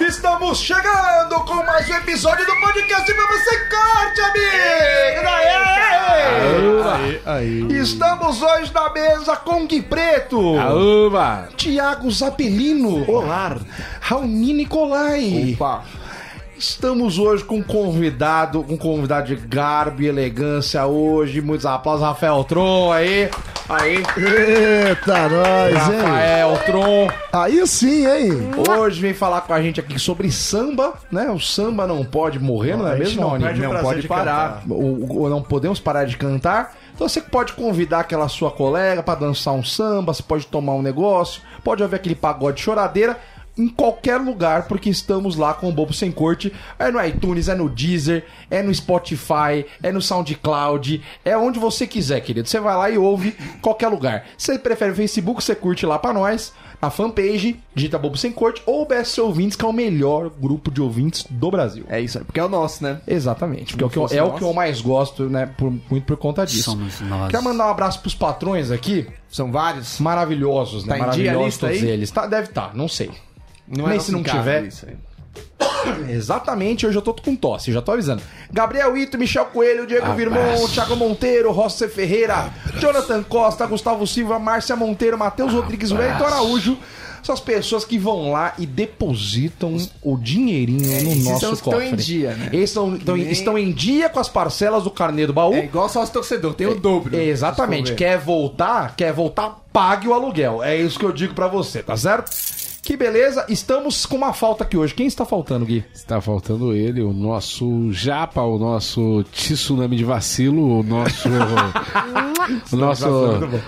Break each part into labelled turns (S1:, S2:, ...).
S1: Estamos chegando com mais um episódio do podcast pra você corte, amigo! Aê!
S2: Aí, aí.
S1: Estamos hoje na mesa com Gui Preto,
S2: Aoba!
S1: Tiago Zapelino, Olá, Raoni Nicolai. Estamos hoje com um convidado, um convidado de garbo e elegância hoje. Muitos aplausos, Rafael Tron aí. Aí,
S2: Eita, nós, hein?
S1: Rafael Tron.
S2: Aí sim, hein?
S1: Hoje vem falar com a gente aqui sobre samba, né? O samba não pode morrer, não, é
S3: a gente
S1: mesmo,
S3: não
S1: Raoni?
S3: perde o
S1: Não
S3: prazer
S1: pode
S3: de
S1: parar. Ou, ou não podemos parar de cantar. Então você pode convidar aquela sua colega pra dançar um samba, você pode tomar um negócio, pode ouvir aquele pagode choradeira em qualquer lugar, porque estamos lá com o Bobo Sem Corte. É no iTunes, é no Deezer, é no Spotify, é no SoundCloud, é onde você quiser, querido. Você vai lá e ouve em qualquer lugar. Se você prefere o Facebook, você curte lá pra nós, na fanpage, digita Bobo Sem Corte ou BS Ouvintes, que é o melhor grupo de ouvintes do Brasil.
S4: É isso aí, porque é o nosso, né?
S1: Exatamente, porque é o que eu-
S4: fosse
S1: é o
S4: nós.
S1: que eu mais gosto, né? por- muito por conta disso.
S5: Somos nós.
S1: Quer mandar um abraço pros patrões aqui?
S4: São vários.
S1: Maravilhosos,
S4: Tá em
S1: né?
S4: dia a
S1: Maravilhosos
S4: lista
S1: todos
S4: aí?
S1: eles. Tá, deve estar, não sei.
S4: Não é
S1: Nem
S4: nosso
S1: se não
S4: caso,
S1: tiver.
S4: Isso aí.
S1: Exatamente, hoje eu tô com tosse, já tô avisando. Gabriel Ito, Michel Coelho, Diego Virmão, Thiago Monteiro, Rossi Ferreira, Jonathan Costa, Gustavo Silva, Márcia Monteiro, Matheus Rodrigues, Wellington Araújo. São as pessoas que vão lá e depositam o dinheirinho no
S4: É, esses são
S1: nosso
S4: os que estão
S1: cofre.
S4: em dia, né?
S1: Eles estão, estão, em- estão em dia com as parcelas do carnê do baú.
S4: É igual sócio torcedor, tem o dobro.
S1: É,
S4: né?
S1: Exatamente. é Quer voltar? Quer voltar? Pague o aluguel. É isso que eu digo pra você, tá certo? Que beleza, estamos com uma falta aqui hoje. Quem está faltando, Gui?
S2: Está faltando ele, o nosso japa, o nosso tsunami de vacilo, o nosso. o nosso.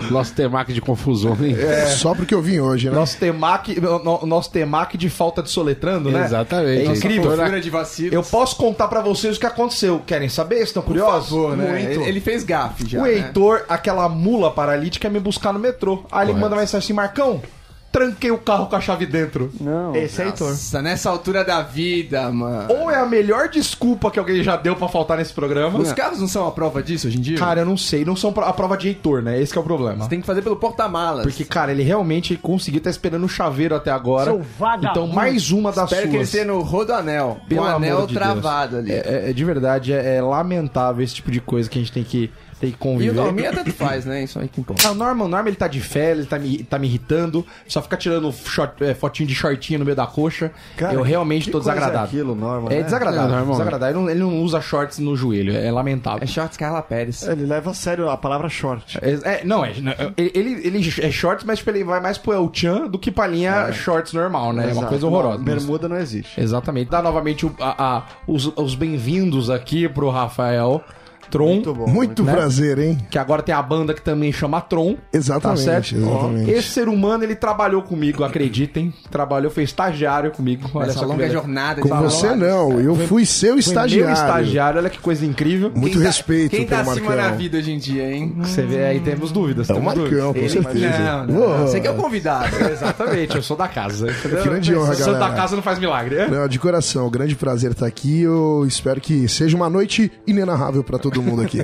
S2: nosso temaki de confusão, hein?
S3: Só porque eu vim hoje, né?
S1: Nosso temac, no- no- nosso temac de falta de soletrando, né?
S2: Exatamente.
S1: É incrível.
S2: Nossa
S4: Figura de vacilo.
S1: Eu posso contar pra vocês o que aconteceu. Querem saber? Estão curiosos?
S4: né?
S1: Muito.
S4: Ele, ele fez gafe já.
S1: o
S4: né?
S1: Heitor, aquela mula paralítica, me buscar no metrô. Aí ele
S2: Correto.
S1: manda mensagem assim, Marcão, tranquei o carro com a chave dentro. Não. Esse é Heitor.
S4: Nossa, nessa altura da vida, mano.
S1: Ou é a melhor desculpa que alguém já deu pra faltar nesse programa.
S4: Os carros não são a prova disso hoje em dia?
S1: Cara, eu não sei. Não são pro- a prova de Heitor, né? Esse que é o problema.
S4: Você tem que fazer pelo porta-malas.
S1: Porque, cara, ele realmente conseguiu estar esperando o chaveiro até agora.
S5: Seu vagabundo.
S1: Então, mais uma das
S4: Espero que ele
S1: suas.
S4: seja no rodoanel.
S1: Pelo
S4: com o anel
S1: amor de
S4: travado
S1: Deus.
S4: ali.
S1: É, é- de verdade, é, é lamentável esse tipo de coisa que a gente tem que, tem que
S4: E
S1: conviver.
S4: o Norminha tanto faz, né? Isso aí que importa.
S1: Ah, o Norman, o Norman, ele tá de férias, ele tá me, tá me irritando. Só fica tirando short- é, fotinho de shortinho no meio da coxa.
S3: Cara,
S1: eu realmente
S3: que
S1: tô
S3: coisa
S1: desagradado.
S3: É, aquilo, Norman,
S1: É
S3: né?
S1: desagradável,
S2: É, Norman.
S1: desagradável. Ele não, ele não usa shorts no joelho, é lamentável.
S4: É shorts Carla Pérez.
S3: Ele leva a sério a palavra short.
S1: É, é, não, é, não, é- ele, ele é shorts, mas tipo, ele vai mais pro El Chan do que pra linha shorts normal, né? É uma
S3: Exato.
S1: coisa horrorosa.
S3: Não, Bermuda não existe.
S1: Exatamente. Dá novamente o- a- a- os, os bem-vindos aqui pro Rafael Tron.
S6: Muito
S1: né?
S6: prazer, hein?
S1: Que agora tem a banda que também chama Tron. tá
S6: Exatamente, exatamente.
S1: Esse ser humano, ele trabalhou comigo, acreditem. Trabalhou, foi estagiário comigo. Olha
S4: Essa
S1: só
S4: longa
S1: que beleza.
S4: jornada.
S6: Com
S4: de valores.
S6: você não, eu fui seu
S1: Foi
S6: estagiário.
S1: Meu estagiário, olha que coisa incrível.
S6: Muito
S4: Quem tá-
S6: respeito
S4: Quem tá
S6: pelo
S4: acima
S6: Marcão.
S4: na vida hoje em dia, hein?
S1: Você vê aí, temos dúvidas.
S6: É o
S1: temos dúvidas.
S6: Marcão, com certeza.
S4: Não, não,
S6: Uou.
S4: não. Você que é o convidado.
S1: Exatamente, eu sou da casa.
S6: Grande honra,
S1: Santo tá da
S6: galera.
S1: casa não faz milagre.
S6: Não, de coração, grande prazer estar aqui. Eu espero que seja uma noite inenarrável pra todo mundo aqui.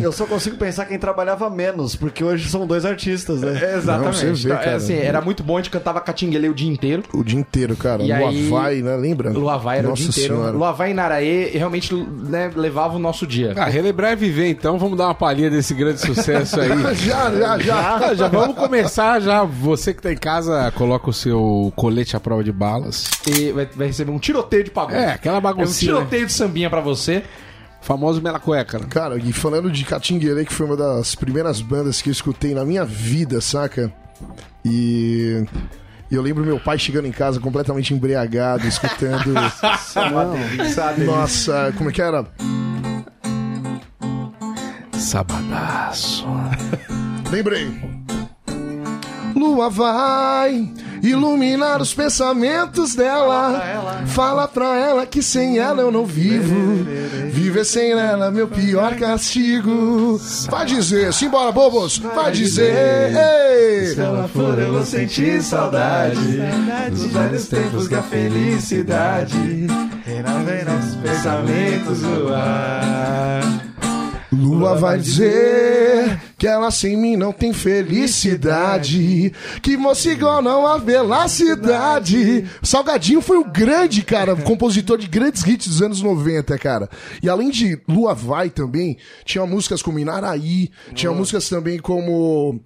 S3: Eu só consigo pensar quem trabalhava menos, porque hoje são dois artistas, né?
S1: Exatamente.
S6: Não, você vê,
S1: Então, é
S6: cara.
S1: assim, era muito bom, a gente cantava catinguele o dia inteiro.
S6: o dia inteiro, cara.
S1: E
S6: no
S1: aí-
S6: Havaí, né? Lembra?
S1: Luavai era
S6: Nossa
S1: o dia inteiro. né?
S6: Senhora.
S1: Luavai e Naraê realmente né, levava o nosso dia.
S2: Ah, relembrar é viver, então vamos dar uma palhinha desse grande sucesso aí.
S6: Já, já, já.
S2: Ah, já vamos começar já. Você que tá em casa, coloca o seu colete à prova de balas.
S1: E vai, vai receber um tiroteio de pagode.
S2: É,
S1: É um
S2: aquela
S5: assim,
S2: baguncinha. né?
S1: tiroteio de sambinha pra você.
S2: Famoso Mela Cueca, né?
S6: Cara, e falando de Catinguele, que foi uma das primeiras bandas que eu escutei na minha vida, saca? E. e eu lembro meu pai chegando em casa completamente embriagado, escutando. Nossa, como é que era?
S2: Sabadaço.
S6: Lembrei. Lua vai iluminar os pensamentos dela. Fala pra ela que sem ela eu não vivo. Viver sem ela, é meu pior castigo. Vai dizer, simbora, bobos! Vai dizer! Ei!
S4: ela for, eu vou sentir saudade dos velhos tempos que a felicidade reina vem nos pensamentos no ar.
S6: Lua vai dizer que ela sem mim não tem felicidade. Que moça igual não há velocidade. Salgadinho foi o grande, cara, compositor de grandes hits dos anos 90, cara. E além de Lua Vai também, tinha músicas como Inaraí, tinha músicas também como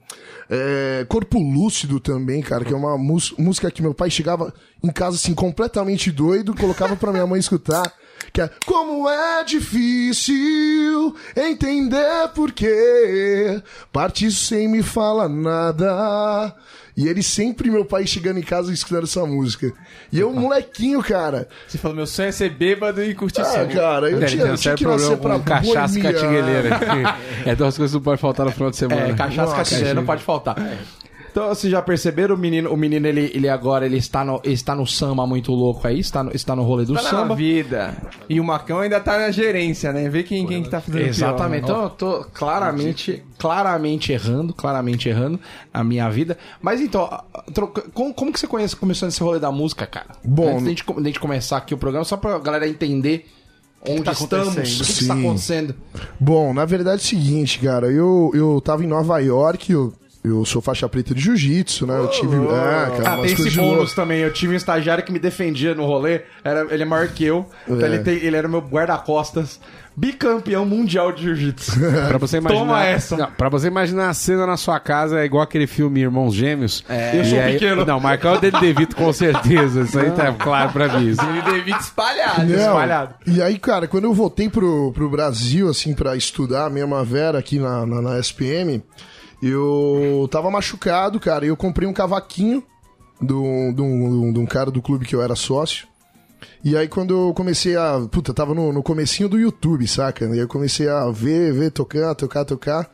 S6: é, Corpo Lúcido também, cara, que é uma mus- música que meu pai chegava em casa assim completamente doido, colocava pra minha mãe escutar. Que é, como é difícil entender porquê parte sem me fala nada. E ele sempre, meu pai, chegando em casa escutando essa música. E eu, molequinho, cara.
S5: Você falou, meu sonho é ser bêbado e curtir
S6: Ah,
S5: samba.
S6: cara, eu
S2: Deve
S6: tinha,
S2: ter um
S6: eu tinha
S2: sério
S6: que
S2: problema
S6: nascer pra
S2: com cachaça
S6: boemia.
S2: catingueleira. é duas coisas que não pode faltar no final de semana.
S5: É, cachaça catingueleira não pode faltar.
S6: É.
S1: Então, vocês já perceberam, o menino, o menino ele, ele agora ele está, no, ele está no samba muito louco aí, está no, está no rolê do
S5: Tá na
S1: samba.
S5: vida. E o Macão ainda tá na gerência, né? Vê quem, quem que tá fazendo
S1: Exatamente.
S5: pior,
S1: Então
S5: né?
S1: eu tô claramente, claramente errando, claramente errando a minha vida. Mas então, a- a- troca- como, como que você conhece, começou nesse rolê da música, cara?
S6: Bom,
S1: Antes da gente, co- da gente começar aqui o programa, só pra galera entender onde estamos, o que, que
S6: tá Sim.
S1: está acontecendo.
S6: Bom, na verdade é o seguinte, cara, eu, eu tava em Nova York, eu, eu sou faixa preta de jiu-jitsu, né? Eu tive. é, cara,
S1: Ah,
S6: umas
S1: tem
S6: coisas
S1: esse
S6: de
S1: bônus
S6: louco.
S1: também. Eu tive um estagiário que me defendia no rolê. Era, ele é maior que eu. Então
S6: É.
S1: ele, tem- ele era meu guarda-costas. Bicampeão mundial de jiu-jitsu.
S2: Pra você imaginar,
S1: Toma essa.
S2: Não, pra você imaginar a cena na sua casa é igual aquele filme Irmãos Gêmeos.
S1: Eu sou pequeno.
S2: Não, marcar o dele Devito com certeza. Isso aí tá claro pra mim. Isso.
S5: Ele devia te espalhar, né?
S6: Não,
S1: espalhado.
S6: E aí, cara, quando eu voltei pro, pro Brasil, assim, pra estudar mesmo a Vera aqui na, na, na SPM, eu tava machucado, cara, e eu comprei um cavaquinho de um, de um- de um cara do clube que eu era sócio. E aí quando eu comecei a. Puta, tava no, no comecinho do YouTube, saca? E aí eu comecei a ver, ver, tocar, tocar, tocar.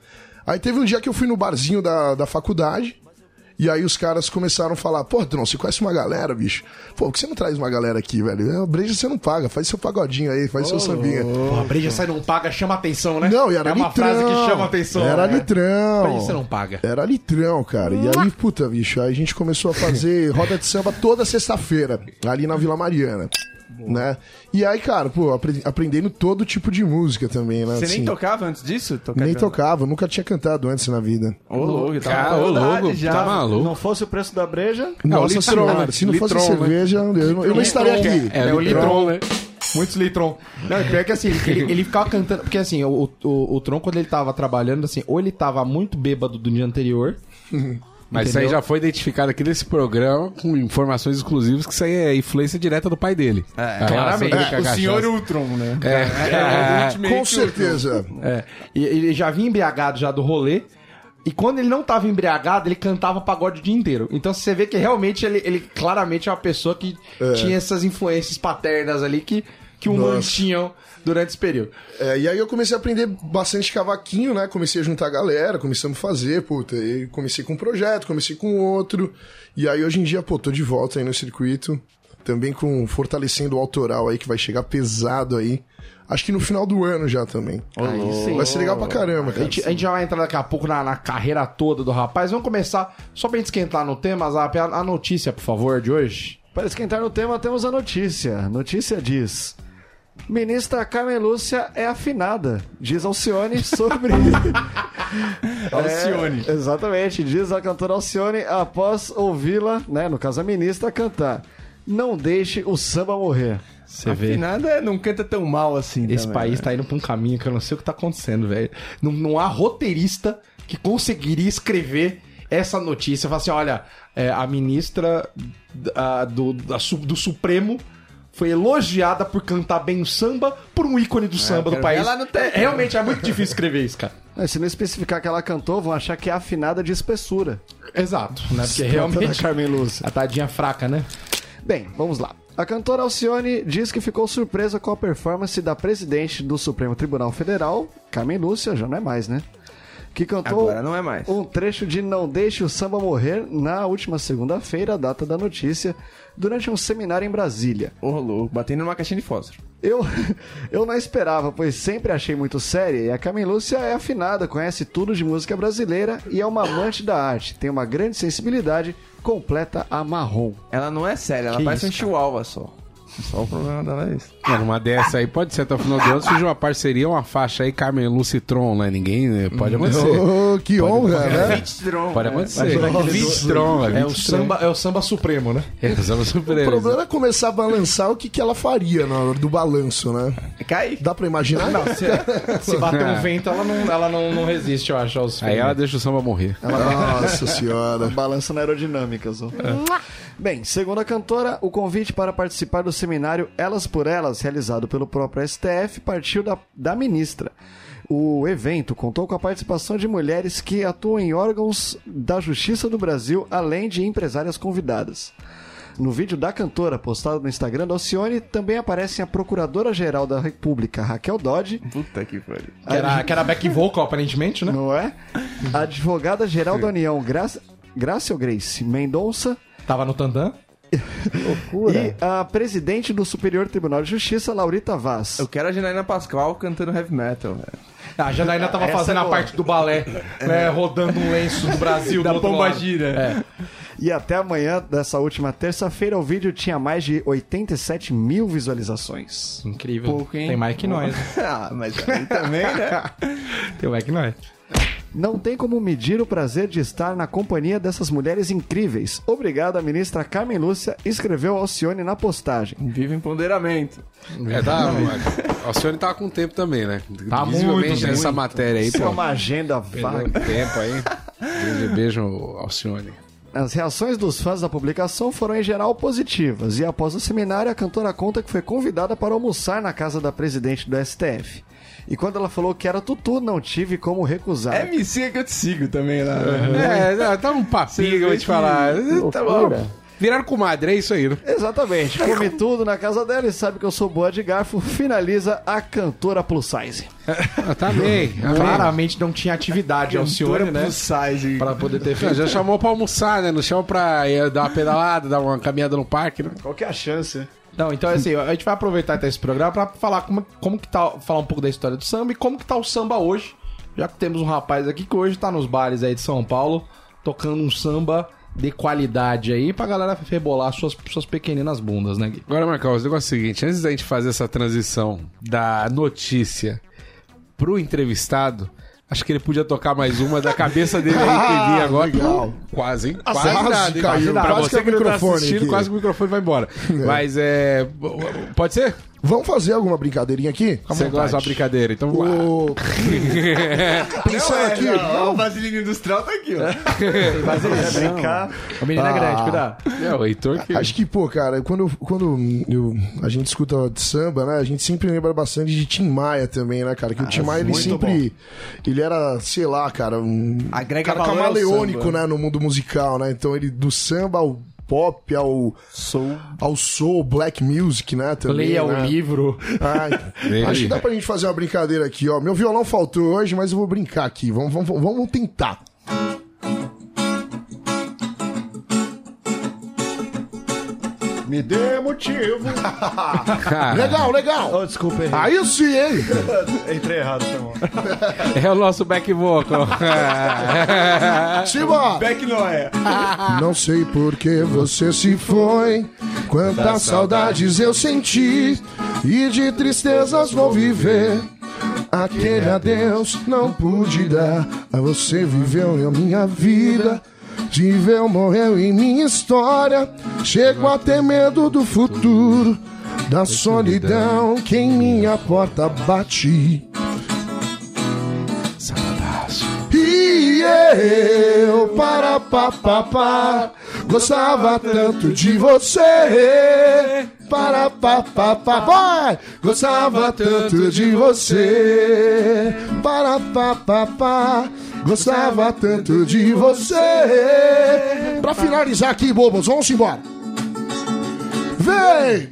S6: Aí teve um dia que eu fui no barzinho da, da faculdade. E aí os caras começaram a falar, pô, Drão, você conhece uma galera, bicho? Pô, por que você não traz uma galera aqui, velho? A breja você não paga, faz seu pagodinho aí, faz seu sambinha.
S1: Porra, a breja sai não paga, chama atenção, né?
S6: Não, e era
S1: É uma
S6: litrão.
S1: frase que chama atenção.
S6: Era
S1: né?
S6: litrão.
S1: Breja você não paga.
S6: Era litrão, cara. E aí, puta, bicho, aí a gente começou a fazer roda de samba toda sexta-feira, ali na Vila Mariana. Né? E aí, cara, pô, apre- aprendendo todo tipo de música também, né?
S5: Você
S6: assim,
S5: nem tocava antes disso? Tocar
S6: nem
S5: violão?
S6: tocava, nunca tinha cantado antes na vida.
S5: Ô, louco, tá
S2: Cara, ô louco, tá maluco.
S3: Não fosse o preço da breja,
S2: Não,
S6: Nossa
S2: Litron,
S6: senhora,
S2: né?
S6: se não fosse
S2: Litron, né?
S6: cerveja, eu, não- eu não estaria aqui.
S2: É, o Litron, né?
S1: Muitos Litron. Não, e pior que assim, ele, ele ficava cantando. Porque assim, o, o, o Tron, quando ele tava trabalhando, assim, ou ele tava muito bêbado do dia anterior.
S2: Mas isso aí
S1: Entendeu?
S2: já foi identificado aqui nesse programa com informações exclusivas que isso aí é influência direta do pai dele. É,
S1: claramente.
S2: relação dele com a
S5: O
S2: cachaça.
S5: senhor Ultron, né?
S2: É.
S5: Ultimate
S6: Com
S5: Ultron.
S6: certeza.
S1: É. E ele já vinha embriagado já do rolê. E quando ele não tava embriagado, ele cantava pagode o dia inteiro. Então você vê que realmente ele, ele claramente é uma pessoa que tinha essas influências paternas ali que, que o
S6: Nossa.
S1: mantinham durante esse período.
S6: É, e aí eu comecei a aprender bastante cavaquinho, né? Comecei a juntar a galera, começamos a fazer, puta. E comecei com um projeto, comecei com outro. E aí hoje em dia, pô, tô de volta aí no circuito. Também com fortalecendo o autoral aí, que vai chegar pesado aí. Acho que no final do ano já também. Vai ser legal pra caramba,
S1: A
S6: cara.
S1: gente, é a gente já vai entrar daqui a pouco na, na carreira toda do rapaz. Vamos começar, só pra gente esquentar no tema, Zap, a, a notícia, por favor, de hoje.
S3: Para esquentar no tema, temos a notícia. Notícia diz: Ministra Carmen Lúcia é afinada, diz Alcione sobre. Alcione. exatamente, diz a cantora Alcione após ouvi-la, né, no caso a ministra, cantar. Não deixe o samba morrer.
S1: Você
S5: E nada é, não canta tão mal assim.
S1: Esse
S5: também,
S1: país
S5: né?
S1: tá indo pra um caminho que eu não sei o que tá acontecendo, velho. Não, não há roteirista que conseguiria escrever essa notícia. Falar assim, olha, é, a ministra da- do, da Su- do Supremo foi elogiada por cantar bem o samba por um ícone do samba do
S5: quero
S1: país.
S5: ver ela no
S1: É, realmente é muito difícil escrever isso, cara.
S3: Mas se não especificar que ela cantou, vão achar que é afinada de espessura.
S1: Exato, né? Porque
S3: Canta da
S1: realmente...
S3: Carmen Lúcia.
S1: A tadinha fraca, né?
S3: Bem, vamos lá. A cantora Alcione diz que ficou surpresa com a performance da presidente do Supremo Tribunal Federal, Carmen Lúcia, já não é mais, né? Que cantou
S5: Agora não é mais.
S3: um trecho de Não Deixe o Samba Morrer na última segunda-feira, data da notícia, durante um seminário em Brasília.
S5: Ô, louco, batendo numa caixinha de fósforo.
S3: Eu, eu não esperava, pois sempre achei muito séria, e a Carmen Lúcia é afinada, conhece tudo de música brasileira e é uma amante da arte, tem uma grande sensibilidade, completa a marrom.
S5: Ela não é séria, ela
S1: Que
S5: parece um
S1: isso,
S5: chihuahua só. Só o problema dela é isso.
S2: Mano, uma dessa aí pode ser até o final do ano. Surgiu uma parceria, uma faixa aí, Carmen Lucitron, né? Ninguém. né? Pode acontecer.
S6: Ô, que honra, né?
S2: Pode acontecer. Vitron,
S1: É o, samba, é o samba supremo, né?
S2: É, usamos
S6: O
S2: surpresa.
S6: problema é começar a balançar o que, que ela faria na hora do balanço, né?
S5: Cai.
S6: Dá pra imaginar?
S1: Não, se, se bater um vento, ela não, ela não, não resiste, eu acho, aos
S2: É. Aí ela deixa o samba morrer.
S6: Nossa senhora.
S3: Balança na aerodinâmica, só. Bem, segundo a cantora, o convite para participar do seminário Elas por Elas, realizado pelo próprio STF, partiu da, da ministra. O evento contou com a participação de mulheres que atuam em órgãos da Justiça do Brasil, além de empresárias convidadas. No vídeo da cantora, postado no Instagram da Alcione, também aparecem a Procuradora-Geral da República, Raquel Dodge,
S5: Puta que pariu.
S1: Que era, que era back vocal, aparentemente, né?
S3: não é? A Advogada-Geral da União, Graça, Graça ou Grace Mendonça,
S1: Tava no Tantan.
S3: E a presidente do Superior Tribunal de Justiça, Laurita Vaz.
S5: Eu quero a Janaína Pascoal cantando heavy metal, velho.
S1: Ah, A Janaína tava
S2: é
S1: fazendo a parte do balé, né? Rodando um lenço do Brasil.
S5: Da
S1: do outro
S5: pomba
S1: lado.
S5: gira.
S3: E até amanhã dessa última terça-feira, o vídeo tinha mais de 87 mil visualizações.
S1: Incrível.
S5: Pouco, hein?
S1: Tem mais que nós. né?
S5: ah, mas aí também, né?
S1: Tem mais que nós.
S3: Não tem como medir o prazer de estar na companhia dessas mulheres incríveis. Obrigado, a ministra Carmen Lúcia, escreveu Alcione na postagem.
S5: Vive empoderamento.
S2: É, tá, a senhora tava com tempo também, né?
S1: Tá
S2: Visivelmente
S1: muito,
S2: essa
S1: muito.
S2: matéria aí,
S3: Isso é
S2: pô.
S3: uma agenda
S2: Pegou
S3: vaga.
S2: um tempo aí. Beijo, beijo Alcione.
S3: As reações dos fãs da publicação foram em geral positivas, e após o seminário, a cantora conta que foi convidada para almoçar na casa da presidente do STF. E quando ela falou que era tutu, não tive como recusar.
S5: É MC que eu te sigo também lá. né?
S2: É, não, tá um papinho que eu vou te falar. Tá bom. Viraram comadre, é isso aí, né?
S3: Exatamente, comi tudo na casa dela e sabe que eu sou boa de garfo, finaliza a cantora plus size.
S2: Ah, tá bem.
S1: Claramente não tinha atividade, Alcione, né?
S5: plus size.
S1: Pra poder ter feito.
S2: Já chamou pra almoçar, né? Não chama pra ir dar uma pedalada, dar uma caminhada no parque, né?
S3: Qual que é a chance?
S1: Não, então assim, a gente vai aproveitar até esse programa pra falar como, como que tá, falar um pouco da história do samba e como que tá o samba hoje. Já que temos um rapaz aqui que hoje tá nos bares aí de São Paulo, tocando um samba de qualidade aí pra galera rebolar suas, suas pequeninas bundas, né, Gui?
S2: Agora, Marcão, o negócio é o seguinte: antes da gente fazer essa transição da notícia pro entrevistado, acho que ele podia tocar mais uma da cabeça dele aí que vinha agora. Quase, hein? Quase,
S6: quase
S2: nada, hein?
S6: caiu.
S2: Pra
S6: Quase
S2: você
S6: que
S2: que
S6: ele tá
S2: não tá assistindo,
S6: aqui.
S2: quase que o microfone vai embora. Mas é. Pode ser?
S6: Vamos fazer alguma brincadeirinha aqui?
S2: Você gosta de uma brincadeira, então.
S6: O- Pensando aqui.
S5: Ó, o vaselina industrial tá aqui, ó.
S1: A menina é grande, cuidado.
S2: É, o Heitor que.
S6: Acho que, pô, cara, quando, quando eu- a gente escuta de samba, né? A gente sempre lembra bastante de Tim Maia também, né, cara? Que o Tim Maia, ele
S5: Ah, muito
S6: sempre. Ele era, sei lá, cara, um
S5: Agrega
S6: cara
S5: valor ao
S6: camaleônico,
S5: samba.
S6: né? No mundo musical, né? Então ele do samba ao pop, ao.
S5: Sou.
S6: Ao soul, black music, né? Também,
S1: Leia
S6: né?
S1: o livro.
S6: Ai, acho que dá pra gente fazer uma brincadeira aqui, ó. Meu violão faltou hoje, mas eu vou brincar aqui. Vamos, vamos, vamos- vamos tentar.
S3: Me dê motivo.
S6: Legal, legal.
S3: Oh, desculpa, errei.
S6: Aí sim, hein?
S3: entrei errado, tá bom.
S2: É o nosso back vocal.
S6: Simbora.
S5: Back Noia.
S6: Não sei por que você se foi. Quantas saudades eu senti. E de tristezas vou viver. Aquele adeus não pude dar. A você viveu em minha vida. Viveu, morreu em minha história. Chego a ter medo do futuro. Da solidão é que em minha porta bate. E eu, para papapá, gostava tanto de você. Para papapá, vai! Gostava tanto de você. Para papapá, gostava tanto de você. Pra finalizar aqui, bobos, vamos embora. Vem!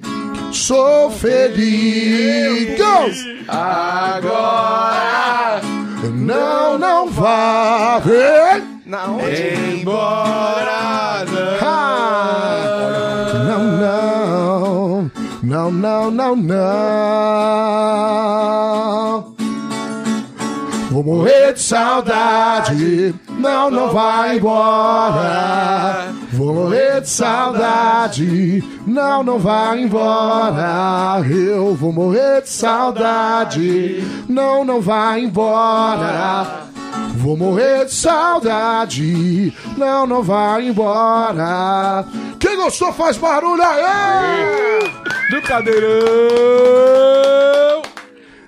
S6: Sou feliz! Agora! Não, não vá! Vem!
S5: Na onde?
S6: Ah! Não, não, não, não, não, não. Vou morrer de saudade. Não, não vai embora. Vou morrer de saudade, não, não vá embora. Eu vou morrer de saudade, não, não vá embora. Vou morrer de saudade, não, não vá embora. Quem gostou faz barulho aí!
S2: Do cadeirão!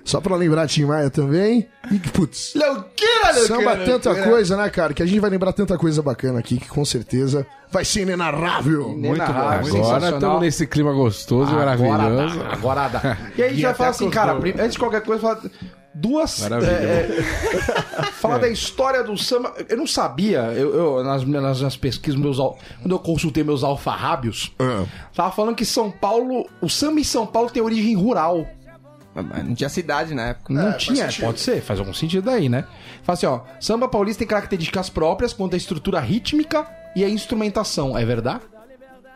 S6: Só pra lembrar Tim Maia também. E, que, putz,
S5: Louqueira, louqueira,
S6: samba
S5: louqueira.
S6: tanta coisa, né, cara? Que a gente vai lembrar tanta coisa bacana aqui que com certeza vai ser inenarrável.
S1: Muito bom.
S2: Agora estamos nesse clima gostoso e maravilhoso.
S1: Ah, Agora dá, agora dá. E aí já fala assim, cara, prim- antes de qualquer coisa, fala duas.
S2: Maravilha.
S1: é, fala da história do samba. Eu não sabia, eu, eu- nas, minhas- nas minhas pesquisas, meus, al- quando eu consultei meus alfarrábios,
S6: Ah.
S1: tava falando que São Paulo, o samba em São Paulo tem origem rural.
S5: Mas Não tinha cidade na época. né?
S1: Não
S5: Não.
S1: tinha, pode ser, faz algum sentido aí, né? Fala assim, ó, samba paulista tem características próprias quanto à estrutura rítmica e à instrumentação, é verdade?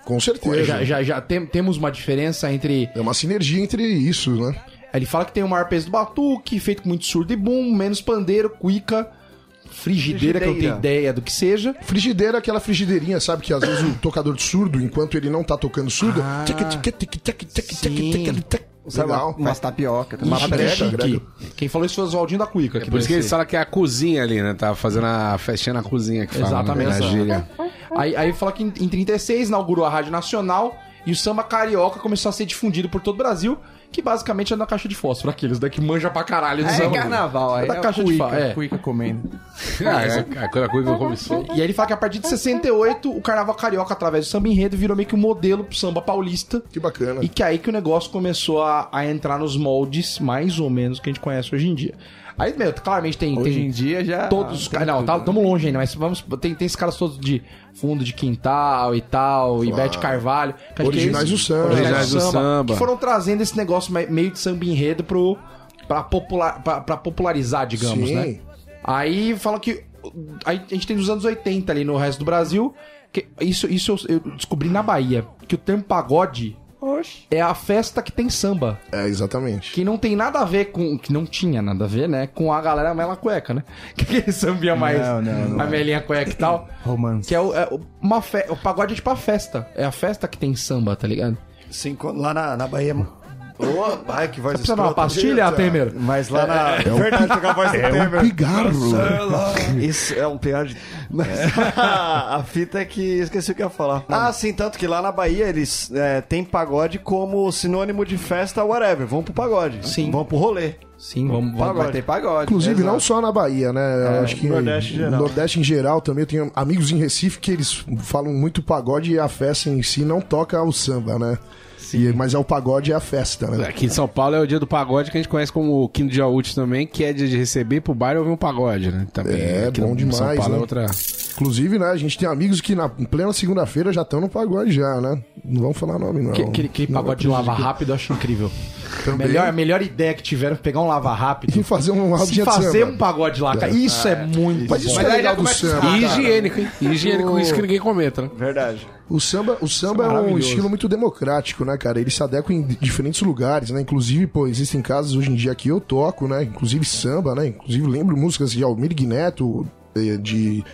S6: Com certeza.
S1: Já, já, já tem- temos uma diferença entre
S6: É uma sinergia entre isso, né?
S1: Aí Ele fala que tem o maior peso do batuque, feito com muito surdo e bum, menos pandeiro, cuica, frigideira, que eu não tenho
S5: Frigideira.
S1: ideia do que seja.
S6: Frigideira é aquela frigideirinha, sabe? Que às vezes o tocador de surdo, enquanto ele não tá tocando surdo.
S5: Ah,
S1: Ah,
S6: tic, tic, tic, tic, tic, tic, tic, tic.
S5: Sabe,
S6: Legal.
S5: umas tapioca também.
S1: Ixi,
S6: brega,
S1: chique.
S6: brega.
S1: Quem falou isso foi o Oswaldinho da Cuica. que
S2: Por isso que
S1: deve
S2: eles
S1: ser.
S2: falam que é a cozinha ali, né? Tava fazendo a festinha na cozinha que fala.
S1: Exatamente.
S2: Né? Na gíria.
S1: Aí, aí fala que em, em 36 inaugurou a Rádio Nacional e o samba carioca começou a ser difundido por todo o Brasil, que basicamente é na caixa de fósforo, aqueles daqui manja pra caralho do
S5: É,
S1: samba.
S5: carnaval, aí
S1: Da
S5: é
S1: caixa de
S5: cuica,
S1: fa- é.
S5: cuica comendo.
S2: Ah, é, é quando a coisa começou.
S1: E aí ele fala que a partir de 68 o carnaval carioca através do samba enredo virou meio que um modelo pro samba paulista.
S6: Que bacana.
S1: E que é aí que o negócio começou a, a entrar nos moldes mais ou menos que a gente conhece hoje em dia. Aí, meu, claramente tem,
S5: Hoje
S1: tem
S5: em dia já...
S1: todos os
S5: tem
S1: caras. Não,
S5: tudo,
S1: tá,
S5: né?
S1: tamo longe ainda, mas vamos. Tem, tem esses caras todos de fundo de quintal e tal, e Bete Carvalho. que acho que é
S6: Originais
S1: isso.
S6: do samba.
S2: Originais do samba.
S1: Que foram trazendo esse negócio me- meio de samba enredo pro, pra, popular, pra, pra popularizar, digamos,
S6: Sim.
S1: né? Aí fala que. aí a gente tem dos anos 80 ali no resto do Brasil. que isso isso eu, eu descobri na Bahia. Que o termo pagode é a festa que tem samba.
S6: É, exatamente.
S1: Que não tem nada a ver com. Que não tinha nada a ver, né? Com a galera mela cueca, né? Que aquele sambinha mais.
S5: Não, não, não.
S1: a melinha cueca e tal.
S5: Romance.
S1: Que é, o, é o- uma fe... o pagode é tipo a festa. É a festa que tem samba, tá ligado?
S3: Cinco, lá na, na Bahia. Opa, ai, que voz
S1: Precisa Tá de uma pastilha, Temer?
S3: Mas lá na. É verdade, tocar a voz do Temer.
S6: Pigarro.
S3: Isso é um pior de... Mas a fita é que esqueci o que eu ia falar. Ah, sim, tanto que lá na Bahia eles é, têm pagode como sinônimo de festa, whatever. Vão pro pagode.
S1: Sim.
S3: Vão pro rolê.
S1: Sim, vamos. vamos
S5: Vai ter pagode.
S6: Inclusive,
S3: Exato. É,
S6: não só na Bahia, né? Eu acho que
S3: Nordeste em geral.
S6: Nordeste em geral também. Eu tenho amigos em Recife que eles falam muito pagode e a festa em si não toca o samba, né? E- mas é o pagode e a festa, né?
S2: Aqui em São Paulo é o dia do pagode que a gente conhece como o Quinto de Jaúti também, que é dia de receber pro baile e ouvir um pagode, né? Também.
S6: É,
S2: Aqui
S6: bom
S2: no- em
S6: demais,
S2: São Paulo
S6: né?
S2: é outra.
S6: Inclusive, né, a gente tem amigos que na plena segunda-feira já estão no pagode já, né? Não vamos falar nome, não.
S1: Que- Aquele, aquele
S6: Não vai
S1: pagode de lava rápido eu acho incrível. Melhor, a melhor ideia que tiveram foi pegar um lava rápido
S6: E fazer um
S1: e
S6: rodinha de
S1: fazer
S6: samba.
S1: um pagode lá, cara. Isso é, muito
S6: Mas isso
S1: bom.
S6: é
S5: aí já
S6: legal do
S5: começa a
S6: samba.
S5: Ah,
S2: e
S5: cara.
S2: higiênico, hein? E higiênico, isso que ninguém comenta, né?
S3: Verdade.
S6: O samba, o samba é, um
S2: maravilhoso.
S6: estilo muito democrático, né, cara? Ele se adequa em diferentes lugares, né? Inclusive, pô, existem casas hoje em dia que eu toco, né? Inclusive samba, né? Inclusive lembro músicas de Almir Guineto, eh, de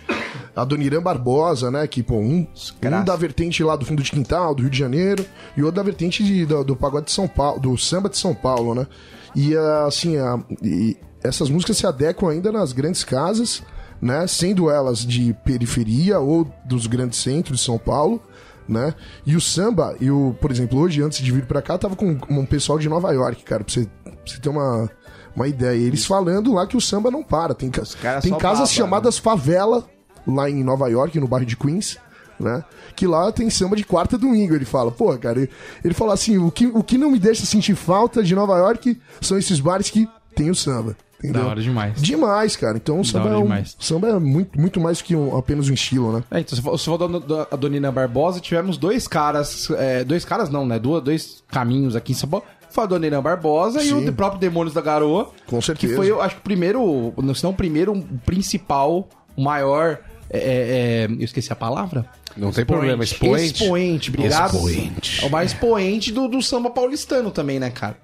S6: Adoniran Barbosa, né? Que, pô, um, um da vertente lá do fundo de quintal, do Rio de Janeiro, e outro da vertente de- do, do pagode de São Paulo, do samba de São Paulo, né? E, ah, assim, a- e essas músicas se adequam ainda nas grandes casas, né? Sendo elas de periferia ou dos grandes centros de São Paulo, né? E o samba, eu, por exemplo, hoje, antes de vir pra cá, tava com um pessoal de Nova York, cara, pra você, pra você ter uma, uma ideia. Eles falando lá que o samba não para. Tem, ca-
S5: caras
S6: tem
S5: só
S6: casas
S1: né?
S5: babam,
S6: chamadas favela, lá em Nova York, no bairro de Queens, né? Que lá tem samba de quarta a domingo, ele fala. Pô, cara, ele, ele fala assim, o que, o que não me deixa sentir falta de Nova York são esses bares que tem o samba. Entendeu?
S1: Da hora demais.
S6: Demais, cara. Então o samba
S1: hora
S6: é, um,
S1: demais.
S6: samba é muito, muito mais que um- apenas um estilo, né?
S1: É, então, se for, se for da- da- a Donina Barbosa, tivemos dois caras. é, dois caras não, né? Duas, dois caminhos aqui em São Paulo. Foi a Donina Barbosa e o
S6: Sim.
S1: de- próprio Demônios da Garoa.
S6: Com certeza.
S1: Que foi, eu acho que o primeiro. não, Se não o primeiro, o principal, o maior. é, é, é, eu esqueci a palavra?
S2: Não tem problema, expoente.
S1: Expoente, obrigado.
S2: Expoente.
S1: É o mais expoente do, do samba paulistano também, né, cara?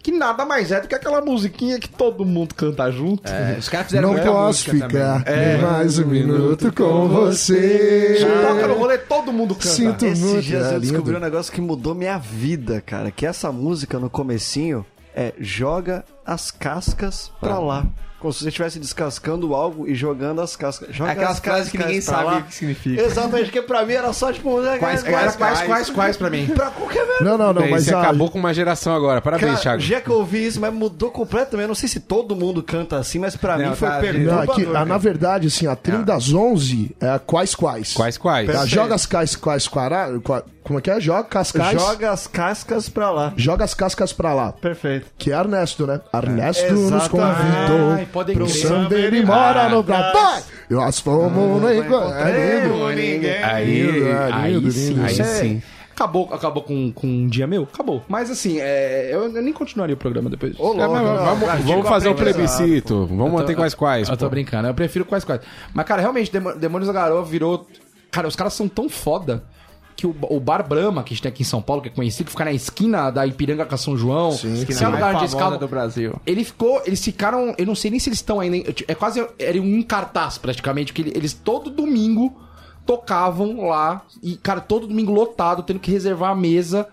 S1: que nada mais é do que aquela musiquinha que todo mundo canta junto.
S7: Os caras fizeram
S6: Não
S7: muita
S6: posso
S7: música também.
S6: ficar mais um minuto com você.
S1: Se toca no rolê, todo mundo canta.
S6: Sinto
S3: Esses
S6: muito.
S3: dias eu
S6: lindo.
S3: descobri um negócio que mudou minha vida, cara. Que essa música no comecinho é joga as cascas pra lá. Como se você estivesse descascando algo e jogando as cascas. Joga
S5: Aquelas
S3: as
S5: frases que ninguém
S3: pra
S5: sabe
S3: lá.
S5: o que significa.
S3: Exatamente, porque pra mim era só tipo...
S1: Quais, quais, quais, quais, quais pra mim?
S3: Pra qualquer merda.
S6: Não, não, não,
S2: Bem,
S6: mas
S2: você
S6: a-
S2: acabou com uma geração agora. Parabéns,
S3: Cara,
S2: Thiago.
S3: já que eu ouvi isso, mas mudou completamente. Eu não sei se todo mundo canta assim, mas pra
S5: Não,
S3: mim foi
S5: tá,
S6: Não,
S3: perturbador.
S6: é que,
S2: né,
S6: ah, na
S3: cara.
S6: verdade, assim, a trilha das 11 é a quais quais.
S2: Ah. Quais, quais?
S6: Tá, joga as cascas, quais, quara- qua- como é que é? Joga cascais. Joga...
S3: Joga as cascas pra lá.
S6: as cascas pra lá.
S3: Perfeito.
S6: Que é Ernesto, né? Ernesto nos
S3: Exatamente.
S6: convidou.
S1: Ai, podem
S6: pro
S1: crer.
S6: samba ele mora no Brasil. E nós fomos no encontro. É lindo.
S2: Aí, É, aí,
S6: lindo,
S2: sim,
S6: lindo.
S2: aí
S1: Isso é-
S2: sim.
S1: Acabou, acabou com, com um dia meu? Acabou. Mas assim, é, eu, eu nem continuaria o programa depois disso.
S2: É, mas vamos- vamos fazer um plebiscito. Vamos manter quais quais.
S1: Eu tô
S2: pô.
S1: brincando, eu prefiro quais quais. Mas, cara, realmente, Demo- Demônios da Garoa virou. Cara, os caras são tão foda que o, o Bar Brahma, que a gente tem aqui em São Paulo, que é conhecido, que fica na esquina da Ipiranga com a São João. Sim, que é
S5: Esquina
S1: o lugar
S5: mais
S1: onde
S5: favona
S1: eles cavam-
S5: do Brasil.
S1: Ele ficou, eles ficaram, eu não sei nem se eles estão ainda. em- É quase era um cartaz praticamente, porque ele- eles todo domingo tocavam lá e cara, todo domingo lotado, tendo que reservar a mesa.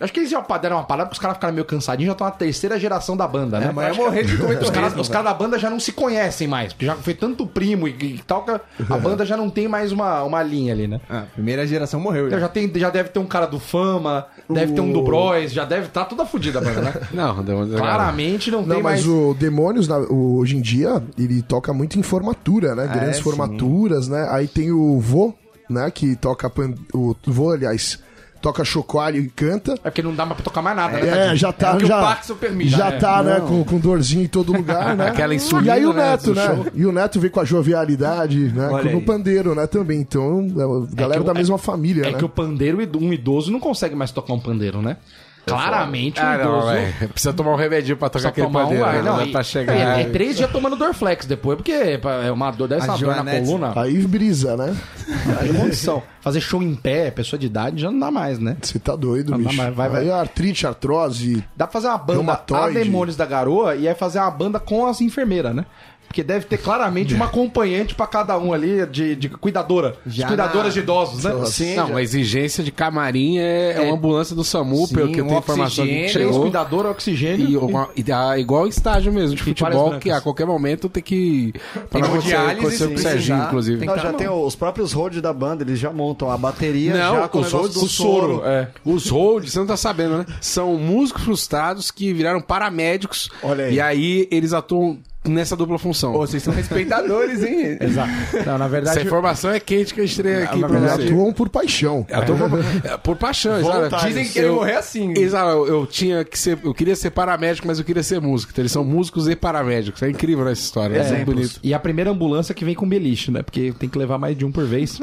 S1: Acho que eles já pa- deram uma parada, porque os caras ficaram meio cansadinhos, já estão na terceira geração da banda, né?
S5: mas eu morrer de
S1: Os caras
S5: comentarismo.
S1: os caras da banda já não se conhecem mais, porque já foi tanto primo e, e tal que a- a banda já não tem mais uma, uma linha ali, né?
S5: Ah, primeira geração morreu
S1: Então,
S5: já.
S1: Já, tem, já deve ter um cara do Fama, deve ter um do Bros, já deve estar tá toda fodida a banda, né?
S2: Não, deu uma-
S1: Claramente não,
S6: Não,
S1: tem mais.
S6: mas o Demônios, na- o- hoje em dia, ele toca muito em formatura,
S1: É,
S6: né? Grandes formaturas, né? Aí tem o Vô, né? Que toca. pan- O Vô, aliás, toca chocoalho e canta.
S1: É porque não dá mais pra tocar mais nada, né?
S6: É, já tá.
S1: o que o
S6: já,
S1: Paxson permite,
S6: já
S1: né?
S6: tá, né? Com, com dorzinho em todo lugar, né?
S2: Aquela insulina,
S6: E aí o
S2: né,
S6: Neto,
S2: do
S6: né?
S2: show.
S6: E o Neto veio com a jovialidade, né?
S5: Olha
S6: com o
S5: aí.
S6: pandeiro, né? Também. Então, é, galera
S1: que o-
S6: da mesma família,
S1: É
S6: né?
S1: que o pandeiro, ido- um idoso não consegue mais tocar um pandeiro, né? Claramente um
S2: Ah,
S1: idoso.
S2: não, velho. Precisa tomar um remedinho pra tocar
S1: Só
S2: aquele
S1: tomar um
S2: pandeiro.
S1: ar,
S2: né?
S1: não,
S2: Dá
S1: e-
S2: pra chegar.
S1: É, é três dias tomando Dorflex depois, porque é uma dor, deve ser
S5: A
S1: uma dor na
S5: Joanete-
S1: coluna.
S6: Aí brisa, né?
S1: Não tem condição. tá Fazer show em pé, pessoa de idade, já não dá mais, né?
S6: Você tá doido,
S1: Não,
S6: bicho.
S1: mas vai- vai-
S6: Aí artrite, artrose.
S1: Dá pra fazer uma banda a
S6: Reumatoide.
S1: Demônios da Garoa e aí fazer uma banda com as enfermeiras, né? Porque deve ter claramente uma acompanhante pra cada um ali de, de cuidadora. de
S5: Já
S1: cuidadoras
S5: na-
S1: de idosos, né?
S3: Sim,
S2: Não,
S3: já-
S2: a exigência de camarim é, é uma ambulância do SAMU,
S5: Sim,
S2: pelo que eu
S5: um
S2: tenho informação aqui que
S5: oxigênio,
S1: Três
S2: chegou.
S1: cuidadoras, oxigênio.
S2: E, uma- e dá igual estágio mesmo de futebol,
S1: várias
S2: que a
S1: brancas.
S2: qualquer momento tem que. Falar com você,
S5: hemodiálise,
S2: aconteceu com o
S5: se
S2: Serginho,
S5: precisar,
S2: inclusive.
S3: Não, Então, já tem os próprios road da banda, eles já montam a bateria já com o negócio do soro.
S2: é. Os hold, você não tá sabendo, né? São músicos frustrados que viraram paramédicos.
S3: Olha aí.
S2: E aí eles atuam nessa dupla função.
S5: Pô, vocês são respeitadores, hein? Exato.
S1: Não, na verdade,
S2: Essa informação é quente que eu estrei aqui
S5: na
S2: pra
S6: Eles
S5: verdade,
S2: você.
S6: atuam por paixão.
S2: Atuam por, é, por paixão, exato.
S5: Dizem que ele
S2: Eu-
S5: morrer assim.
S2: Exato, eu, eu tinha que ser. Eu queria ser paramédico, mas eu queria ser músico. Então, eles são músicos e paramédicos. É incrível essa história. É, muito bonito.
S1: E a primeira ambulância que vem com beliche, né? Porque tem que levar mais de um por vez.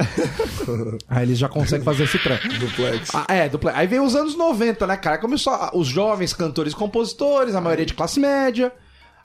S1: Aí eles já conseguem fazer esse trampo. Duplex. Ah, é, duplex. Aí vem os anos 90, né, cara? Começou a- os jovens cantores e compositores, a maioria de classe média,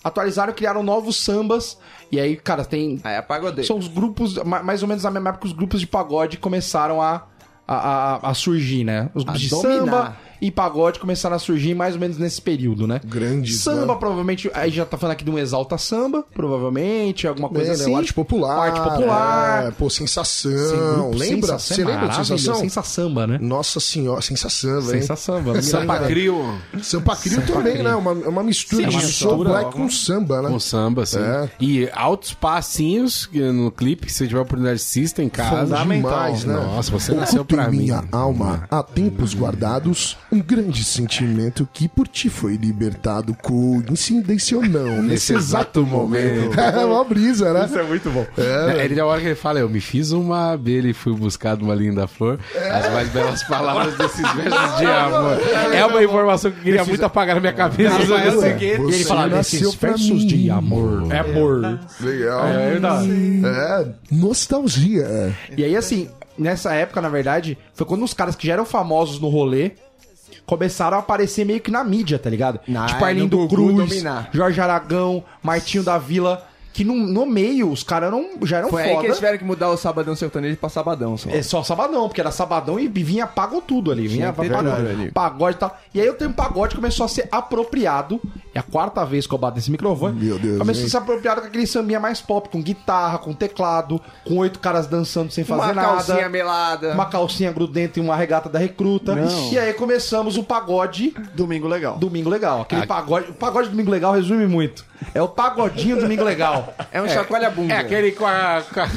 S1: atualizaram e criaram novos sambas. E aí, cara, tem.
S5: Aí apagou dele.
S1: São os grupos, ma- mais ou menos na mesma época que os grupos de pagode começaram a, a, a- a surgir, né? Os grupos de samba
S5: dominar.
S1: e pagode começaram a surgir mais ou menos nesse período, né?
S6: Grandes,
S1: Samba,
S6: né?
S1: provavelmente, aí já tá falando aqui de um exalta samba, provavelmente, alguma coisa
S6: É, né?
S1: assim.
S6: O arte popular.
S1: Arte popular.
S6: é, pô, sensação.
S1: Sem grupo,
S6: lembra?
S1: Sensação,
S6: Você lembra de
S1: maravilhoso,
S6: sensação?
S1: Sensa samba, né?
S6: Nossa senhora, sensação, velho.
S1: Sensa samba.
S2: Sampa Crio
S6: Sampa Crio também, né? Uma, uma mistura
S1: Sim, é
S6: de
S1: uma
S6: soul
S1: mistura,
S6: black
S1: alguma-
S6: com samba, né?
S2: com samba, assim.
S6: É.
S2: E altos passinhos que no clipe, que se tiver a oportunidade, assista em casa.
S6: Demais, né?
S2: Nossa, você nasceu pra
S6: em
S2: mim.
S1: né?
S6: minha alma, há tempos guardados, um grande sentimento que por ti foi libertado, coincidência ou não, nesse exato momento. É uma brisa, né? Isso é muito bom.
S2: É, Ele, na hora que ele fala, eu me fiz uma abelha e fui buscar uma linda flor. As mais belas palavras desses versos de amor. É uma informação que eu queria muito apagar na minha cabeça. mas eu sei que-
S1: E ele fala desses versos de amor. É amor.
S6: Legal.
S1: É verdade.
S6: É, nostalgia.
S1: E aí, assim, nessa época, na verdade, foi quando os caras que já eram famosos no rolê começaram a aparecer meio que na mídia, tá ligado?
S5: Na-
S1: tipo Arlindo
S5: no Gugu
S1: Cruz,
S5: dominar.
S1: Jorge Aragão, Martinho da Vila. que no, no meio os caras eram- já eram
S5: Foi aí que
S1: é foda.
S5: eles tiveram que mudar o Sabadão Sertanejo pra Sabadão. Só.
S1: É só sabadão, porque era sabadão e vinha pago tudo ali. Vinha
S5: que ter
S1: pagode,
S5: tudo ali.
S1: pagode e tal. E aí o termo pagode começou a ser apropriado. É a quarta vez que eu bato nesse microfone.
S6: Meu Deus,
S1: Começou
S6: hein?
S1: a ser apropriado com aquele sambinha mais pop, com guitarra, com teclado, com oito caras dançando sem fazer
S5: Uma
S1: nada.
S5: calcinha melada.
S1: Uma calcinha grudenta e uma regata da recruta.
S3: Não.
S1: E aí começamos o pagode
S3: Domingo legal.
S1: Domingo Legal. Aquele pagode. O pagode Domingo Legal resume muito. É o pagodinho Domingo Legal.
S5: É um chacoalha-bunda.
S2: É aquele com, a, com, a-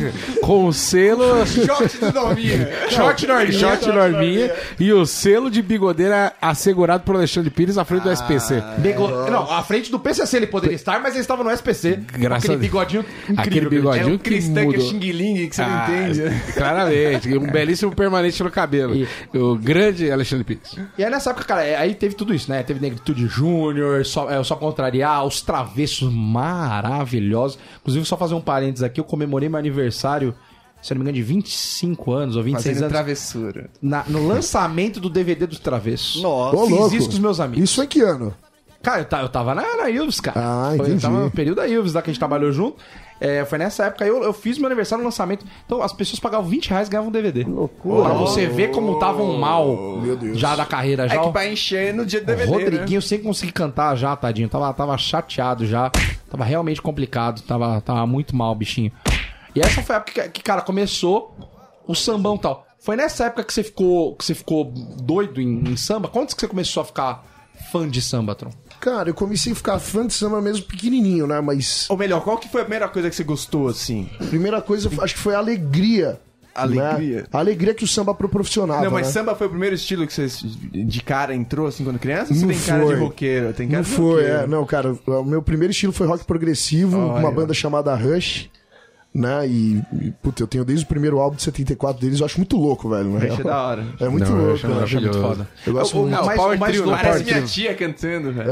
S2: com o selo.
S5: shot do Norminha.
S1: Short Norminha.
S2: Shot Norminha e o selo de bigodeira assegurado por Alexandre Pires à frente do SPC.
S1: Bego- Não, à frente do PCC ele poderia estar, mas ele estava no SPC. com
S2: Graças
S1: aquele
S2: a Deus.
S1: bigodinho incrível.
S2: Aquele
S5: É
S2: bigodinho
S5: um
S2: que
S5: cristã que é
S2: mudou.
S5: xing-ling que você
S2: Ah,
S5: não entende.
S2: Claramente, um belíssimo permanente no cabelo. O grande Alexandre Pires.
S1: E aí nessa época, cara, é- aí teve tudo isso, né? Teve Negritude Júnior, só, é, só contrariar, os travessos maravilhosos. Inclusive, só fazer um parênteses aqui, eu comemorei meu aniversário, se eu não me engano, de 25 anos ou 26
S5: Fazendo
S1: anos,
S5: travessura.
S1: na- no lançamento do DVD dos travessos.
S3: Nossa.
S6: Ô,
S1: Fiz
S6: louco.
S1: isso com os meus amigos.
S6: Isso é que ano?
S1: Cara, eu, ta- eu tava na, na Ilves, cara.
S6: Ah,
S1: Foi- Eu
S6: entendi.
S1: tava no período da Ilves, lá que a gente trabalhou junto. É, foi nessa época aí eu, eu fiz meu aniversário no lançamento. Então as pessoas pagavam 20 reais e ganhavam um DVD. Loucura. Pra você ver como estavam mal
S6: Meu Deus.
S1: já da carreira já.
S5: É
S1: ó.
S5: que vai encher no dia do DVD, né?
S1: Rodriguinho sem conseguir cantar já, tadinho. Tava, tava chateado já. Tava realmente complicado. Tava, tava muito mal, bichinho. E essa foi a época que, que, cara, começou o sambão e tal. Foi nessa época que você ficou, que você ficou doido em, em samba? Quando que você começou a ficar fã de samba, Tron?
S6: Cara, eu comecei a ficar fã de samba mesmo pequenininho, né? Mas
S5: Ou melhor, qual que foi a primeira coisa que você gostou, assim?
S6: a primeira coisa, acho que foi a alegria.
S5: Alegria.
S6: né? A alegria que o samba proporcionava,
S5: não, mas
S6: né?
S5: samba foi o primeiro estilo que você de cara entrou, assim, quando criança? Ou você
S6: Não
S5: tem cara de
S6: foi.
S5: roqueiro? Tem cara
S6: Não
S5: de
S6: foi,
S5: roqueiro.
S6: é. Não, cara, o meu primeiro estilo foi rock progressivo, uma banda chamada Rush, né? E, e, puta, eu tenho desde o primeiro álbum de 74 deles, eu acho muito louco, velho. na
S5: Achei
S6: real.
S5: da hora.
S6: É muito
S2: Não, eu
S6: louco,
S2: acho
S6: né?
S2: maravilhoso.
S6: Eu
S1: O-
S6: gosto
S1: o-
S6: muito.
S1: o mais- o mais
S2: trio,
S1: louco-
S5: Parece
S2: Parece
S5: minha
S2: minha
S5: tia cantando, velho.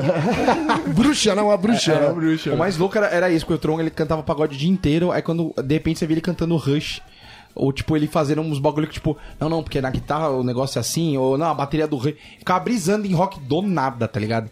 S6: Bruxa, não, a bruxa.
S5: É,
S6: né?
S1: O mais louco era, era isso, porque o Tron ele cantava pagode o dia inteiro, aí quando de repente você via ele cantando Rush. Ou, tipo, ele fazendo uns bagulho que, tipo, não, não, porque na guitarra o negócio é assim, ou não, a bateria do Rush. Ficava brisando em rock do nada, tá ligado?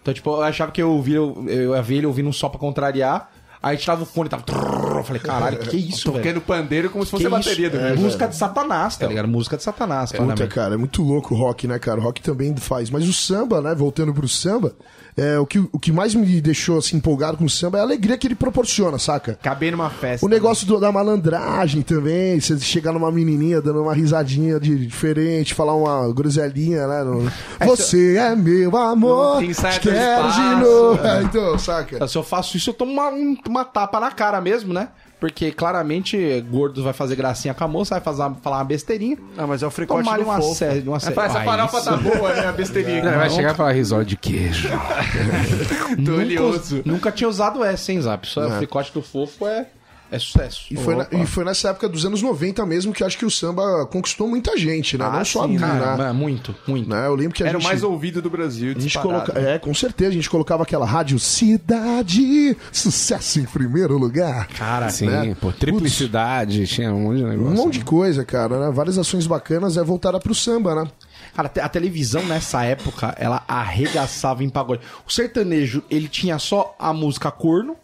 S1: Então, tipo, eu achava que eu ouvia, eu, eu ia ver ele ouvindo um só pra contrariar, aí tirava o fone e tava. trrr, Eu falei, caralho, que isso, velho?
S5: Tocando pandeiro é como se
S1: Que
S5: fosse a bateria
S1: isso?
S5: do É.
S1: É, Música de Satanás, tá ligado? Música de Satanás,
S6: Puta,
S1: claramente.
S6: cara, é muito louco o rock, né, cara? O rock também faz. Mas o samba, né? Voltando pro samba, é, o, que, o que mais me deixou assim, empolgado com o samba é a alegria que ele proporciona, saca?
S5: Acabei numa festa.
S6: O negócio do- da malandragem também, você chegar numa menininha dando uma risadinha de- diferente, falar uma groselinha, né? no- Você é meu
S5: então
S6: amor,
S5: Não, ensaia
S6: te
S5: teu
S6: quero de
S5: espaço. né?"
S6: novo. É, então, saca?
S1: Tá, Se eu faço isso, eu tomo uma, um- uma tapa na cara mesmo, né? Porque claramente gordo vai fazer gracinha com a moça, vai fazer, uma- falar uma besteirinha.
S3: Ah, mas é o fricote
S1: Tomar
S3: do
S1: uma
S3: fofo.
S1: série, uma série.
S5: Fala, Essa
S1: Ai,
S5: farofa
S1: isso. é
S5: tá boa, né? A besteirinha.
S2: Não, vai chegar e falar risório de queijo.
S5: Tô
S1: nunca,
S5: é oleoso.
S1: nunca tinha usado essa, hein, Zap? Só o fricote do fofo é, é sucesso.
S6: E foi, na- e foi nessa época dos anos 90 mesmo que eu acho que o samba conquistou muita gente, né?
S5: Ah,
S6: Não só a mim,
S1: assim, Cara,
S6: né?
S1: mano, muito, muito.
S6: Né, Eu lembro que a
S5: Era o
S6: gente...
S5: mais ouvido do Brasil,
S6: A gente
S5: disparado.
S6: coloca...
S1: né?
S6: É, com certeza, a gente colocava aquela rádio Cidade, sucesso em primeiro lugar.
S1: Cara,
S2: Sim,
S6: né?
S2: pô, triplicidade, tinha um monte de
S6: Um
S2: negócio.
S6: monte de coisa, cara, né? Várias ações bacanas é voltada pro samba, né?
S1: cara, te- a televisão nessa época, ela arregaçava em pagode. O sertanejo, ele tinha só a música corno.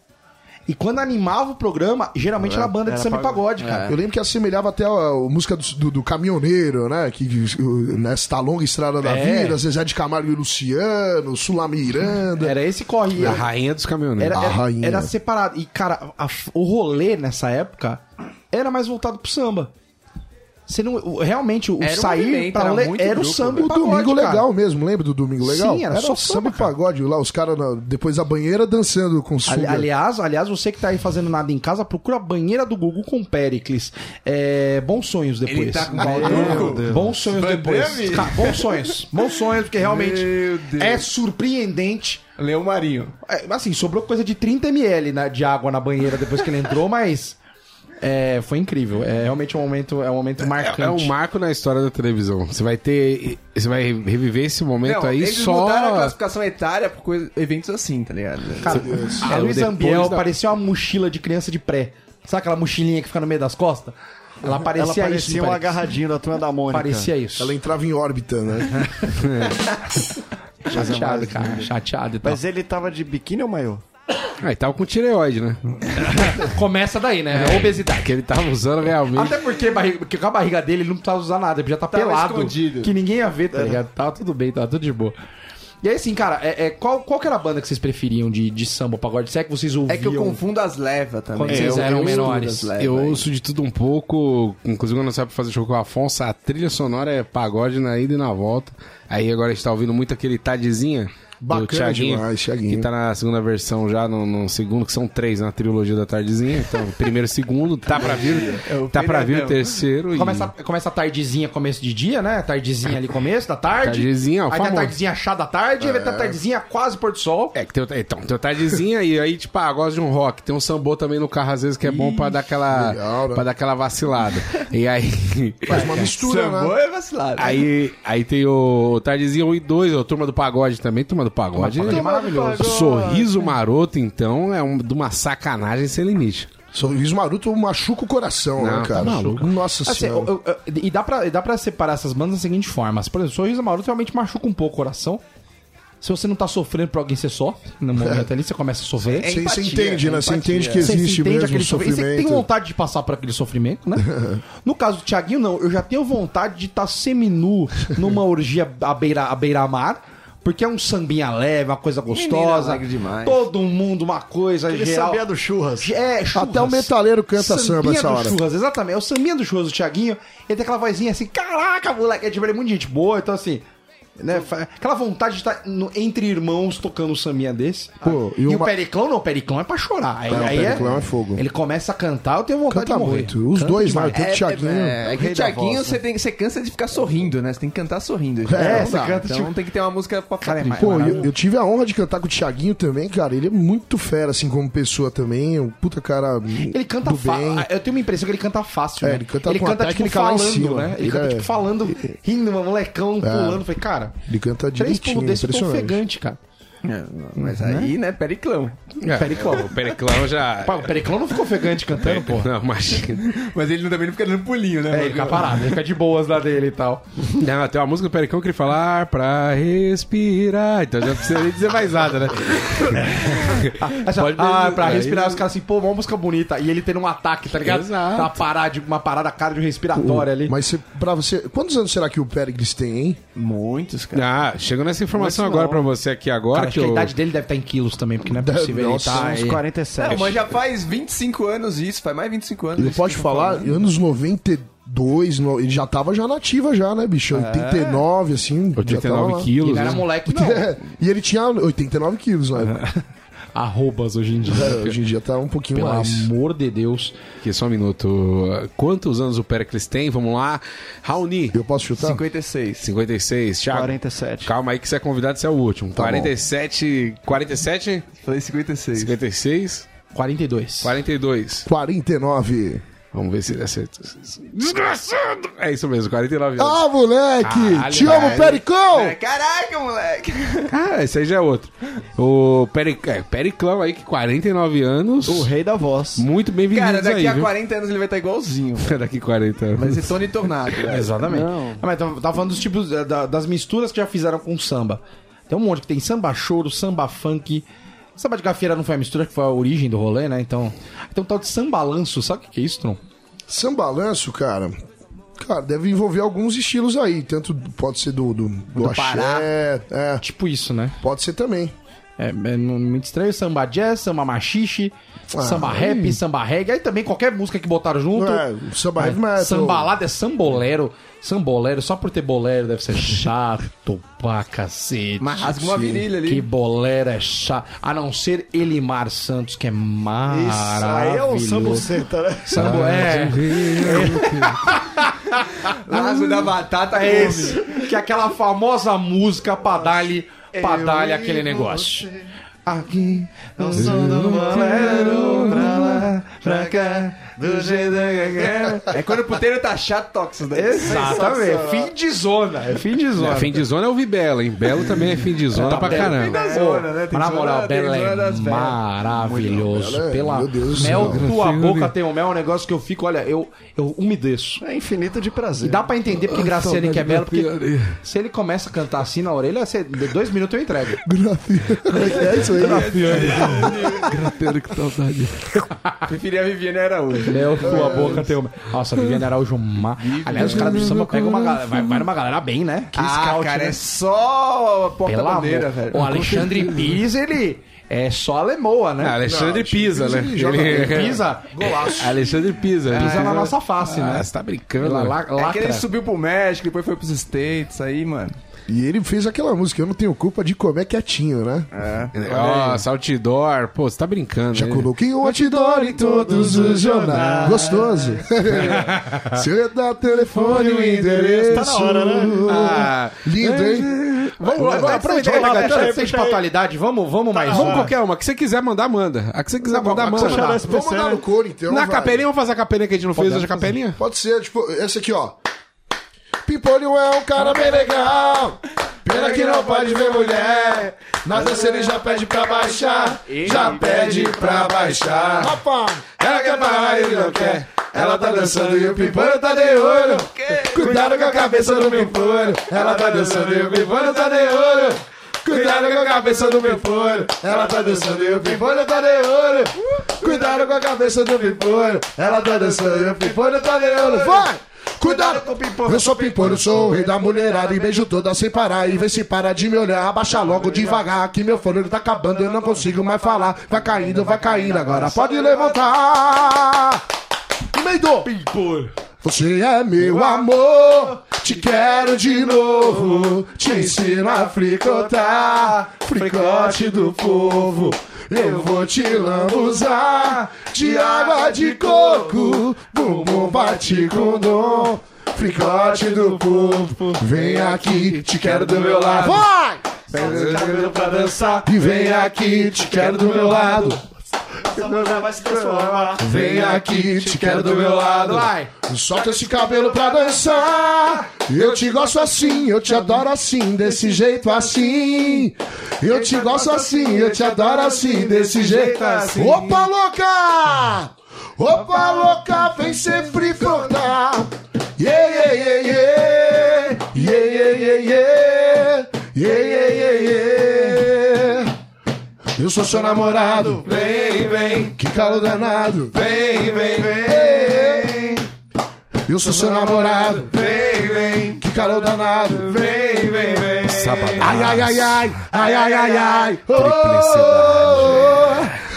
S1: E quando animava o programa,
S6: É,
S1: geralmente era banda de samba e pagode, cara.
S6: Eu lembro que assemelhava até a, a música do, do- do caminhoneiro, né? Que, que- o- nesta longa estrada da
S1: É.
S6: vida, Zezé de Camargo e Luciano, Sula Miranda.
S1: Era esse corre.
S2: A rainha dos
S1: Era,
S2: caminhoneiros.
S1: era-
S6: A rainha.
S1: era separado. E, cara, a f- o rolê nessa época era mais voltado pro samba. Você não, o- realmente, o
S5: Era um
S1: sair
S5: movimento,
S1: pra
S5: era
S1: rolê
S5: muito
S1: era o
S5: grupo,
S1: samba e
S6: O
S1: o pagode,
S6: domingo
S1: cara.
S6: legal mesmo, lembra do domingo legal? um
S1: Sim, era só samba,
S6: samba e pagode lá, os caras na- depois da banheira dançando com
S1: Ali-
S6: sunga.
S1: aliás, aliás, você que tá aí fazendo nada em casa, procura a banheira do Gugu com Pericles. É, bons sonhos depois.
S5: Ele tá com
S1: Meu
S5: balduco?
S1: Deus. Bons sonhos
S5: Van
S1: depois.
S5: Damme?
S1: Cara, bons sonhos. Bons sonhos, porque
S5: Meu
S1: realmente
S5: Deus.
S1: é surpreendente
S5: Leão Marinho.
S1: É, assim, sobrou coisa de 30 ml na- de água na banheira depois que ele entrou, mas. é, foi incrível. É realmente um momento, é um momento marcante.
S2: É um marco na história da televisão. Você vai ter. Você vai reviver esse momento
S5: Não,
S2: aí
S5: eles
S2: só.
S5: mudaram a classificação etária por coisa- eventos assim, tá ligado?
S1: Cara, a
S2: É, o
S1: Luiz
S2: depois
S1: Ambiel
S2: da-
S1: parecia uma mochila de criança de pré. Sabe aquela mochilinha que fica no meio das costas? Ela parecia
S3: Ela parecia
S1: isso.
S3: um
S1: parecia-
S3: agarradinho da turma da Mônica.
S1: Parecia isso.
S6: Ela entrava em órbita, né?
S1: Chateado, cara. Chateado e tal.
S3: Mas ele tava de biquíni ou maiô?
S2: Aí tava Ah, com tireoide, né?
S1: Começa daí, né? Obesidade.
S2: Que ele tava usando realmente.
S1: Até porque, barriga, porque com a barriga dele ele não precisava usar nada, ele já tá
S5: Tava
S1: pelado.
S5: escondido. É.
S1: Que ninguém ia ver, tá ligado? Tava tudo bem, tava tudo de boa. E aí, assim, cara, é, é- qual, qual que era a banda que vocês preferiam de, de samba, pagode? Se é que vocês ouviam?
S5: É que eu confundo as levas também. É,
S1: Quando vocês
S5: eu
S1: eram
S5: eu
S1: menores.
S5: estudo as levas
S2: eu
S5: aí.
S2: ouço de tudo um pouco, inclusive quando eu saio pra fazer show com o Afonso, a trilha sonora é pagode na ida e na volta. Aí agora a gente tá ouvindo muito aquele Tadezinha do
S6: Bacana
S2: Thiaguinho,
S6: demais, Thiaguinho.
S2: que tá na segunda versão já, no, no segundo, que são três na trilogia da Tardezinha. Então, primeiro, segundo, tá pra vir,
S6: É
S5: o
S2: tá pra vir o
S5: feriadão.
S2: terceiro
S1: Começa, começa a tardezinha, começo de dia, né? Tardezinha ali, começo da tarde.
S2: Tardezinha,
S1: Aí
S2: o
S1: tem a
S2: famoso.
S1: tardezinha chá da tarde, aí vai ter a tardezinha quase pôr do sol.
S2: É, que tem, o- então, tem o Tardezinha e aí, tipo, ah, gosto de um rock. Tem um sambô também no carro, às vezes, que é bom pra dar aquela,
S6: legal, né?
S2: pra dar aquela vacilada. e aí,
S6: Faz uma mistura, né?
S5: Sambô é vacilado.
S2: aí, aí tem o Tardezinha 1 e 2, o Turma do Pagode também. Turma do Pagode,
S1: Turma do Pagode é
S2: é maravilhoso. Sorriso Maroto, então, é um, de uma sacanagem sem limite.
S6: Sorriso maroto machuca o coração,
S2: Não,
S6: né,
S2: tá
S6: cara?
S2: maluco.
S6: Nossa
S1: Assim,
S6: senhora.
S1: eu- eu- eu- e, dá pra, e dá pra separar essas bandas da seguinte forma. Por exemplo, Sorriso Maroto realmente machuca um pouco o coração. Se você não tá sofrendo por alguém, você sofre. No momento ali, você começa a sofrer.
S2: É
S6: Você,
S5: empatia,
S6: você entende, né? Você
S5: empatia.
S6: entende que
S1: é Você
S6: existe
S1: entende
S6: mesmo
S1: aquele sofrimento. Você tem
S6: sofrimento.
S1: vontade de passar por aquele sofrimento, né? no caso do Thiaguinho, não. Eu já tenho vontade de estar seminu numa orgia à beira- à beira-mar. porque é um sambinha leve, uma coisa gostosa.
S5: alegre demais.
S1: Todo mundo, uma coisa
S3: Ele
S1: geral.
S3: sabia do churras.
S1: É, churras.
S6: Até o metaleiro canta samba
S1: Sambinha
S6: essa
S1: do
S6: hora.
S1: Churras, exatamente. É o sambinha do churras do Thiaguinho. Ele tem aquela vozinha assim, caraca, moleque. É, tipo, ele é muito gente boa, então assim... Né? fa- Aquela vontade de estar no- entre irmãos tocando um sambinha desse.
S6: Pô,
S1: e,
S6: e
S1: o
S6: uma-
S1: Periclão não, o Periclão é pra chorar. Aí,
S6: É, o
S1: aí
S6: Periclão é fogo.
S1: Ele começa a cantar, eu tenho vontade
S6: Canta
S1: de morrer.
S6: muito. Os dois, né? Tem
S5: É,
S6: o Thiaguinho.
S5: É, é que
S3: Rei
S5: o
S3: da
S5: Thiaguinho
S3: voz,
S5: você, tem, você cansa de ficar sorrindo, né? Você tem que cantar sorrindo.
S1: É,
S5: não
S1: você
S5: dá.
S1: canta,
S5: Então
S1: tipo-
S5: tem que ter uma música pra cara,
S6: Pô, eu, eu tive a honra de cantar com o Thiaguinho também, cara. Ele é muito fera, assim, como pessoa também. É um puta cara.
S1: Ele canta
S6: do bem.
S1: fácil. Eu tenho uma impressão que ele canta fácil,
S6: É,
S1: né?
S6: ele canta com a técnica lá em
S1: falando,
S6: cima.
S1: né? Ele,
S6: Ele
S1: canta,
S6: é-
S1: tipo, falando, rindo, um molecão, pulando. Falei, cara,
S6: Ele canta
S1: três
S6: direitinho,
S1: pulos desse, eu tô
S6: impressionante.
S1: ofegante, cara.
S5: Mas aí, né, Periclão.
S2: É,
S1: Periclão.
S2: O Periclão já...
S1: Pá, o Periclão não ficou ofegante cantando, pô.
S2: Não, imagina.
S5: Mas ele também não fica dando pulinho, né?
S1: É, ele fica parado, ele fica de boas lá dele e tal.
S2: Não, tem uma música do Pericão que ele fala "Ah, pra respirar. Então já não precisa nem dizer mais nada, né?
S1: Assim,
S2: Pode
S1: ah,
S2: mesmo,
S1: pra
S2: aí-
S1: respirar, os caras assim, pô, uma música bonita. E ele tendo um ataque, tá ligado?
S2: Exato.
S1: Tá uma parada, uma parada cardiorrespiratória ali.
S6: Mas você, pra você. Quantos anos será que o Péricles tem, hein?
S5: Muitos, cara.
S2: Ah, chegando essa informação
S5: Mas não.
S2: agora pra você aqui agora.
S1: Cara, acho que a
S2: eu-
S1: idade dele deve estar em quilos também, porque não é
S6: Deve-
S1: possível ele
S6: nossa,
S1: tá...
S6: uns
S1: aí.
S3: 47.
S5: Não, mas já faz 25 anos isso, faz mais 25 anos.
S6: Ele
S5: isso
S6: pode
S5: que eu tô
S6: falar,
S5: falando.
S6: anos 92, no- ele já tava já nativa, já, né,
S1: É.
S6: bicho? 89, assim. já tava
S2: 89
S6: lá.
S2: quilos.
S1: Ele era
S2: né?
S5: É
S1: moleque, não.
S6: e ele tinha 89 quilos na época.
S1: Arrobas hoje em dia.
S6: É, Hoje em dia tá um pouquinho
S1: Pelo
S6: mais.
S1: amor de Deus.
S2: Aqui, só um minuto. Quantos anos o Pericles tem? Vamos lá. Raoni,
S6: Eu posso chutar?
S5: 56.
S2: 56. Thiago,
S3: 47.
S2: calma aí que você é convidado, você é o último.
S6: bom.
S2: 47, 47,
S5: Falei 56.
S2: 56,
S1: 42.
S2: 42.
S6: 49.
S2: Vamos ver se ele acerta. Desgraçado! É isso mesmo, 49 anos.
S6: Ah, moleque!
S2: Caralho,
S6: Te amo,
S2: velho.
S6: Pericão!
S5: É, Caraca, moleque!
S2: Ah, esse aí já é outro. O Peri- é, Periclão aí, que 49 anos.
S3: O rei da voz.
S2: Muito bem-vindo
S5: Cara, daqui
S2: aí,
S5: a
S2: viu?
S5: 40 anos ele vai estar igualzinho.
S2: daqui 40
S5: Vai
S2: anos.
S5: ser Tony Tornado. né? velho.
S1: Exatamente. Não. Ah, mas tava tava falando dos tipos eh, da- das misturas que já fizeram com o samba. Tem um monte que tem samba choro, samba funk. Samba de gafieira não foi a mistura, que foi a origem do rolê, né? Então. Tem um tal de sambalanço, sabe o que que é isso, Tron?
S6: Sambalanço, cara. Cara, deve envolver alguns estilos aí. Tanto pode ser do, do, do, axé.
S1: Pará.
S6: É,
S1: Tipo isso, né?
S6: pode ser também.
S1: É, é n- muito estranho. Samba jazz, samba machixe, samba rap, samba reggae. Aí também qualquer música que botaram junto.
S6: Não é, samba heavy
S1: É,
S6: metal.
S1: Sambalada é sambolero. Sambolero, só por ter bolero deve ser chato pra cacete.
S5: Mas rasga uma virilha ali.
S1: Que bolero é chato. A não ser Elimar Santos, que é
S3: Isso aí é um
S1: maravilhoso.
S3: sambuceta, né?
S1: Sambo, é,
S5: Lago da Batata
S1: é
S5: Come.
S1: esse. Que é aquela famosa música pra dar-lhe pra
S3: Eu
S1: dar-lhe
S3: e
S1: aquele negócio. Ah,
S3: Aqui, não sou do bolero, pra lá, pra cá.
S5: Do jeito que eu quero. É quando o puteiro tá chato, toca isso daí.
S1: Exatamente. É fim de zona. É fim de zona.
S2: É, fim de zona eu vi Bela, hein? Belo também é fim de zona pra
S5: Fim
S2: caramba.
S5: da zona, né? Tem
S1: Na
S5: zona-
S1: moral,
S5: tem
S1: Bela
S5: zona
S1: é
S5: das velhas.
S1: maravilhoso.
S6: Bela é-
S1: Pela
S6: meu Deus do
S1: mel,
S6: céu.
S1: tua boca tem o mel, é um negócio que eu fico, olha, eu, eu umedeço.
S3: É infinito de prazer.
S1: E dá pra entender porque Graciane que é belo, porque
S6: Grafiane.
S1: se ele começa a cantar assim na orelha, você- de dois minutos eu entrego.
S6: Como é que é isso aí?
S2: Pera, que saudade.
S5: Preferia a Viviane Araújo.
S1: Mel, tua boca tem o mel. Nossa, Viviane Araújo, ma... aliás, os caras do samba pegam uma galera, vai, vai numa galera bem, né? Que
S5: Ah, cara, é só porta-bandeira,
S1: amor.
S5: velho.
S1: O Alexandre Pires, ele é só alemoa, né?
S2: Ah, Alexandre Pisa, né?
S1: Joga-
S2: Ele-
S1: pisa, golaço.
S2: Alexandre Pisa.
S1: É, Pisa na nossa face, né?
S2: É. Ah, você tá brincando.
S1: Lá, lá,
S5: É que
S1: lacra.
S5: ele subiu pro México, depois foi pros States, aí, mano.
S6: E ele fez aquela música, eu não tenho culpa de comer quietinho, né?
S2: Nossa, outdoor. Pô, você tá brincando.
S6: Já
S2: né?
S6: coloquei um outdoor em todos os jornais. Gostoso. Se eu dar telefone e o endereço.
S1: Tá na hora, né?
S2: Ah,
S6: Lindo, hein?
S1: Vamos lá, agora aproveita que tá cheio de fatalidade. Vamos, vamos mais um.
S2: vamos
S1: uma.
S2: qualquer uma. que você quiser mandar, manda. A que você quiser mandar,
S1: a que você
S2: manda.
S1: mandar.
S6: Vamos dar no couro, então.
S2: Na
S6: vai.
S2: capelinha, vamos fazer a capelinha que a gente não fez hoje, a capelinha?
S6: Pode ser, tipo, esse aqui, ó. Pimpolho é um cara bem legal. Pena que não pode ver mulher. Na dança ele já pede pra baixar. Já pede pra baixar. Ela quer parar, ele não quer. Ela tá dançando e o pimpolho tá de olho. Cuidado com a cabeça do pimpolho. Ela tá dançando e o pimpolho tá de olho. Cuidado com a cabeça do pimpolho. Ela tá dançando e o pimpolho tá de olho. Cuidado com a cabeça do pimpolho. Ela tá dançando e o pimpolho tá de olho. Vai! Cuidado com o pimpolho. Eu sou pimpolho, sou o rei da mulherada. E beijo toda sem parar. E vê se para de me olhar. Abaixa logo devagar. Que meu fôlego tá acabando. Eu não consigo mais falar. Vai caindo, vai caindo. Agora pode levantar. Meidou! Você é meu amor, te quero de novo. Te ensino a fricotar, fricote do povo. Eu vou te lambuzar de água de coco, bumbum bate com dom. Fricote do povo, vem aqui, te quero do meu lado. Vai!
S5: Pra dançar.
S6: E vem aqui, te quero do meu lado. Vem aqui, te quero do meu lado.
S1: Vai.
S6: Solta esse cabelo pra dançar. Eu te gosto assim, eu te adoro assim, desse jeito assim. Eu te gosto assim, eu te adoro assim, desse jeito assim. Opa, louca! Opa, louca, vem sempre frontar. Yeah, yeah, yeah, yeah. Yeah, yeah, yeah, yeah. Yeah, yeah, yeah, yeah. Eu sou seu namorado.
S5: Vem, vem,
S6: Que calor danado.
S5: vem, vem, vem.
S6: Eu sou seu namorado.
S5: Vem, vem,
S6: Que calor danado.
S5: vem, vem, vem.
S6: Ai, ai, ai, ai, ai, ai, ai, ai. Oh,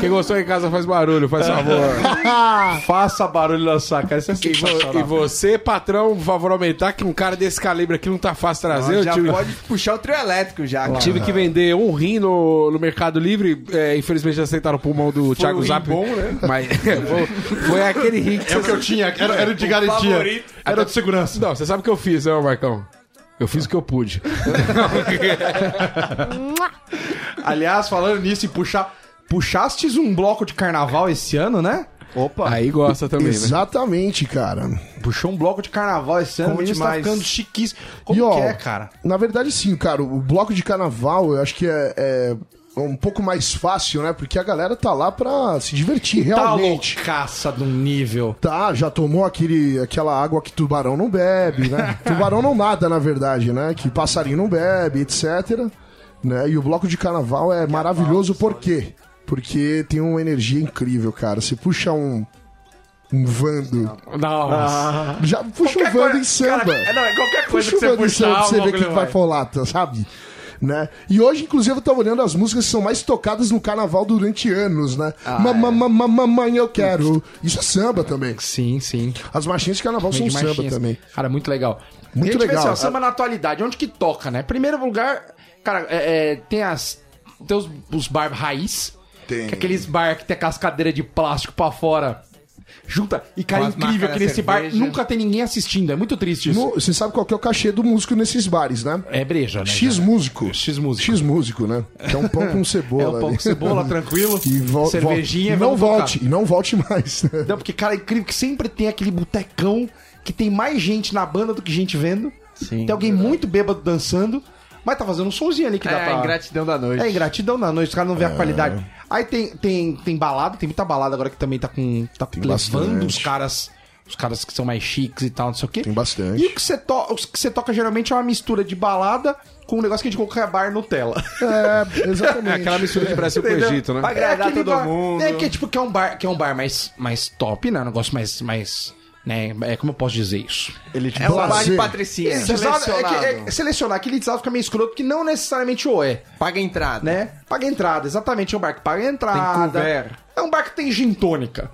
S2: Quem gostou em casa faz barulho, faz favor.
S1: Faça barulho na sua cara. Isso é
S2: É. E, vo- e
S1: sensacional.
S2: você, patrão, por favor, aumentar que um cara desse calibre aqui não tá fácil trazer. Eu
S5: Já
S2: tive,
S5: pode puxar o trio elétrico já, cara.
S2: tive que vender um rim no, no Mercado Livre. É, infelizmente já aceitaram o pulmão do Thiago
S5: um rim
S2: Zap.
S5: bom, né?
S2: Mas foi, foi aquele rim que
S1: É o que eu tinha, era, era de garantia.
S5: favorito.
S1: Era de segurança.
S2: Não, você sabe o que eu fiz, né, Marcão? Eu fiz o que eu pude.
S1: Aliás, falando nisso e puxar. Puxastes um bloco de carnaval esse ano, né?
S3: Opa,
S2: Aí gosta também, né?
S6: Exatamente, cara.
S1: Puxou um bloco de carnaval esse ano, o
S5: Conte
S1: menino tá
S5: mais.
S1: ficando chiquíssimo.
S6: E,
S1: Como
S6: ó,
S1: que é, cara?
S6: Na verdade, sim, cara. O bloco de carnaval, eu acho que é, é um pouco mais fácil, né? Porque a galera tá lá pra se divertir, realmente.
S1: Tá loucaça do nível.
S6: Tá, já tomou aquele, aquela água que tubarão não bebe, né? tubarão não nada, na verdade, né? Que passarinho não bebe, etc. Né? E o bloco de carnaval é maravilhoso por quê? Porque tem uma energia incrível, cara. Você puxa um. Um vando.
S2: Nossa.
S6: Já puxa um vando em samba.
S5: é qualquer
S6: Puxa um o meu edição pra você ver que vai folata, sabe? Né? E hoje, inclusive, eu tava olhando as músicas que são mais tocadas no carnaval durante anos, né? Mamãe, mamãe, mamãe, eu quero. Isso é samba também.
S1: Sim, sim.
S6: As marchinhas de carnaval são
S1: de
S6: samba
S1: marchinhas.
S6: também.
S1: Cara, muito legal.
S6: Muito
S1: A um gente vê
S6: legal.
S1: assim, ó, samba na atualidade, onde que toca, né? Primeiro lugar, cara, é, é, tem as tem os, os bar raiz.
S6: Tem.
S1: Que é aqueles bar que tem aquelas cadeiras de plástico pra fora. Junta. E, cara, é
S5: Com as
S1: incrível
S5: marcas
S1: que
S5: da
S1: nesse bar
S5: cerveja.
S1: nunca tem ninguém assistindo. É muito triste isso.
S6: No- Você sabe qual que é o cachê do músico nesses bares, né?
S1: É breja, né?
S6: X
S1: cara?
S6: músico.
S1: X músico.
S6: X músico, né? Que é um pão com cebola.
S1: É um pão
S6: ali.
S1: com cebola, tranquilo.
S6: E vo-
S1: Cervejinha,
S6: vo- Não
S1: vamos tocar.
S6: volte, e não volte mais. né?
S1: Não, porque, cara, é incrível que sempre tem aquele botecão que tem mais gente na banda do que gente vendo. tem alguém muito bêbado dançando, mas tá fazendo um sonzinho ali que dá
S5: É,
S1: pra...
S5: ingratidão da noite.
S1: É ingratidão na noite, os caras não
S6: É.
S1: vê a qualidade. Aí tem, tem, tem balada, tem muita balada agora que também tá com. tá levando
S6: bastante.
S1: os caras. Os caras que são mais chiques e tal, não sei o quê.
S6: Tem bastante.
S1: E o que você, to os que você toca geralmente é uma mistura de balada com um negócio que a gente colocou que é bar Nutella.
S6: É, exatamente.
S2: É aquela mistura de Brasil com
S1: Entendeu?
S2: Egito, né?
S1: Pra agradar
S5: aquele
S1: todo
S5: bar-
S1: mundo. É que é tipo que é um bar, que é um bar mais, mais top, né? Um negócio mais. mais né? É, como eu posso dizer isso?
S3: Ele te
S5: É um bar de
S6: Prazer.
S5: patricinha.
S1: Selecionado- é que- é-
S5: Selecionado.
S1: selecionar aquele desalto fica meio escroto, porque não necessariamente o é.
S5: Paga a entrada.
S1: né? Paga entrada, exatamente. É um bar que paga entrada.
S5: Tem couvert.
S1: é um bar que tem gin tônica.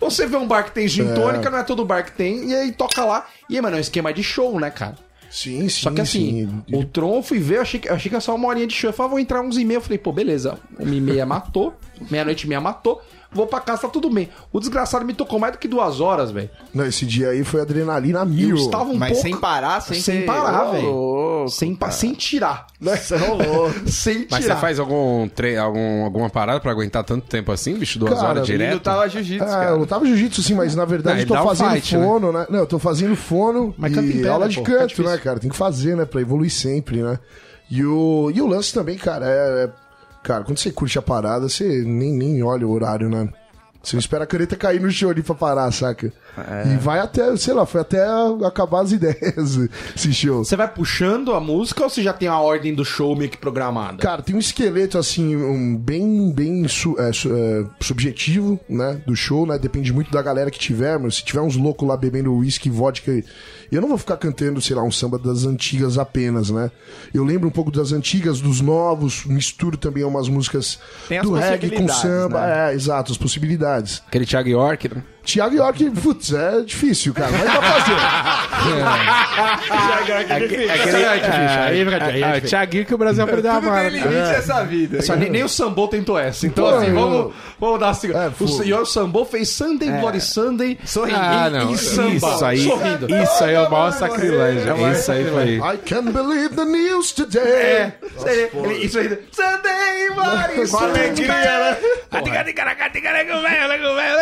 S1: Você vê um bar que tem gin tônica, não é todo bar que tem, e aí toca lá. E aí, mano, é um esquema de show, né, cara?
S6: Sim, sim.
S1: Só que assim,
S6: sim.
S1: o Tron eu fui ver, eu achei, que- eu achei que era só uma horinha de show. Eu falei, "Ah, vou entrar uns e meia. Eu falei, pô, beleza. Uma e meia matou, meia-noite e meia matou. Vou pra casa, tá tudo bem. O desgraçado me tocou mais do que duas horas, velho.
S6: Não, esse dia aí foi adrenalina mil.
S1: Eu estava um
S5: Mas
S1: pouco...
S5: sem parar, sem
S1: Sem
S5: ser-
S1: parar,
S5: Ô,
S1: velho.
S5: louco,
S1: Sem, pa- sem tirar.
S3: Você rolou.
S1: Sem
S2: Mas
S1: tirar.
S2: você faz algum tre... algum, alguma parada pra aguentar tanto tempo assim, bicho? Duas
S6: Cara,
S2: horas
S5: Ele
S2: direto?
S1: tá
S5: lutava jiu-jitsu,
S6: É, eu
S5: cara.
S6: lutava jiu-jitsu sim, mas na verdade
S2: Não,
S6: eu tô
S2: ele dá um
S6: fazendo
S2: fight, né?
S6: fono, né? Não, eu tô fazendo fono
S1: Mas canta em
S6: e
S1: pé, né,
S6: aula de
S1: pô? Fica
S6: canto,
S1: difícil.
S6: né, cara? Tem que fazer, né? Pra evoluir sempre, né? E o, e o lance também, cara, é, é- Cara, quando você curte a parada, você nem, nem olha o horário, né? Você não espera a caneta cair no chão ali pra parar, saca? E vai até, sei lá, foi até acabar as ideias esse show.
S1: Você vai puxando a música ou você já tem a ordem do show meio que programada?
S6: Cara, tem um esqueleto, assim, um bem, bem su- é, su- é, subjetivo, né? Do show, né? Depende muito da galera que tiver, mas se tiver uns loucos lá bebendo uísque, vodka. Eu não vou ficar cantando, sei lá, um samba das antigas apenas, né? Eu lembro um pouco das antigas, dos novos, misturo também umas músicas
S5: Tem as
S6: do reggae com
S5: possibilidades, né?
S6: samba. É, exato, as possibilidades.
S2: Aquele Thiago York, né?
S6: Tiago York, putz, é difícil, cara, mas dá pra fazer.
S2: Ah, É, Thiaguinho que o Brasil aprendeu a
S5: Tudo
S2: amar.
S5: tem
S2: né?
S5: limite
S1: É.
S5: nessa vida.
S1: Só Assim, nem, nem o Sambô tentou essa. Então,
S6: Pô,
S1: assim,
S6: eu-
S1: vamos, vamos dar assim.
S6: É,
S1: o
S6: foi.
S1: senhor Sambô fez Sunday, Glory Sunday. Sorrindo.
S2: Ah, não. Isso aí, isso aí é o maior sacrilégio. Isso aí foi.
S6: I can't believe the news today.
S1: É, ele- ele- isso aí. Sunday, Glory
S5: é.
S1: Sunday.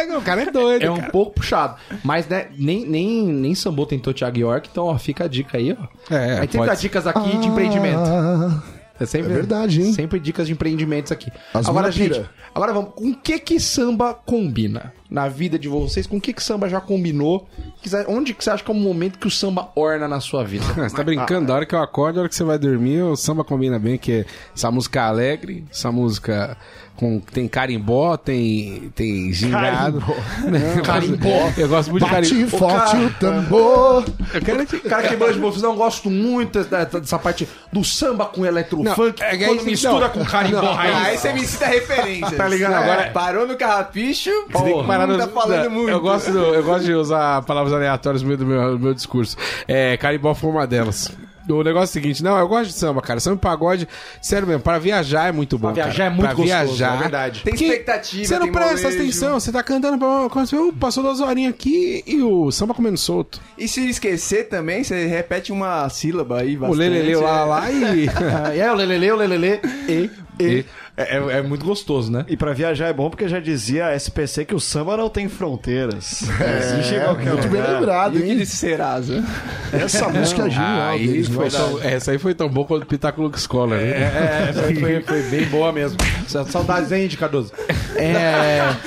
S5: né?
S2: O cara é doido.
S1: É um pouco puxado. Mas, né, nem, nem, nem Sambô tentou Thiago York, então, ó, fica a dica aí, ó.
S2: É,
S1: aí tem
S2: pode
S1: dicas
S2: ser.
S1: dicas aqui de empreendimento.
S6: Ah,
S1: É, sempre,
S6: É verdade, hein?
S1: Sempre dicas de empreendimentos aqui.
S6: As
S1: agora,
S6: mina pira.
S1: gente, agora vamos. Com o que que samba combina na vida de vocês? Com o que que samba já combinou? Quiser- Onde que você acha que é o momento que o samba orna na sua vida?
S2: Ah, Você tá brincando, da hora que eu acordo, da hora que você vai dormir, o samba combina bem, que é essa música alegre, essa música com. Tem carimbó, tem. tem gingado.
S1: Carimbó.
S2: Eu gosto muito de
S6: Bate
S2: carimbó.
S6: forte o tambor.
S1: O cara quebrando de bofis, não gosto muito dessa, dessa parte do samba com
S2: Não,
S1: eletrofunk,
S2: é que aí
S1: quando
S2: você-
S1: mistura
S2: não.
S1: com carimbó
S2: Não,
S1: raiz.
S5: Aí você me cita referência.
S1: Tá ligado?
S5: Agora parou no carrapicho.
S2: Você tem que parar
S5: não
S2: no-
S5: tá falando
S2: não,
S5: muito.
S2: Eu gosto, do- eu gosto de usar palavras aleatórias no meio do meu, do meu discurso. É, carimbó foi uma delas. O negócio é o seguinte, não, eu gosto de samba, cara. Samba e pagode, sério mesmo, para viajar é muito bom.
S1: Pra viajar
S2: cara.
S1: é muito
S2: pra
S1: gostoso,
S2: viajar,
S1: é verdade.
S5: Tem
S2: Porque
S5: expectativa,
S2: Você não
S5: tem
S2: presta
S5: molejo.
S2: atenção, você tá cantando, pra- quando você viu, passou duas horinhas aqui e o samba comendo solto.
S5: E se esquecer também, você repete uma sílaba aí
S2: o
S5: bastante.
S2: lelele lá, lá e.
S1: Ah, e aí o lelele, o lelele, e, e.
S2: E.
S1: É, é- é muito gostoso, né?
S3: E pra viajar é bom porque já dizia a SPC que o samba não tem fronteiras. Existe em qualquer
S6: Muito bem
S1: É
S3: lugar.
S6: lembrado,
S5: é, E o que
S6: hein?
S5: disse Serasa?
S6: Essa música é genial.
S2: Aí
S6: deles,
S2: Ah, foi
S6: nossa.
S2: tão- essa aí foi tão boa quanto o Pitáculo Escola, né?
S1: É, foi, foi- foi bem boa mesmo. Saudades aí, de Cardoso. É.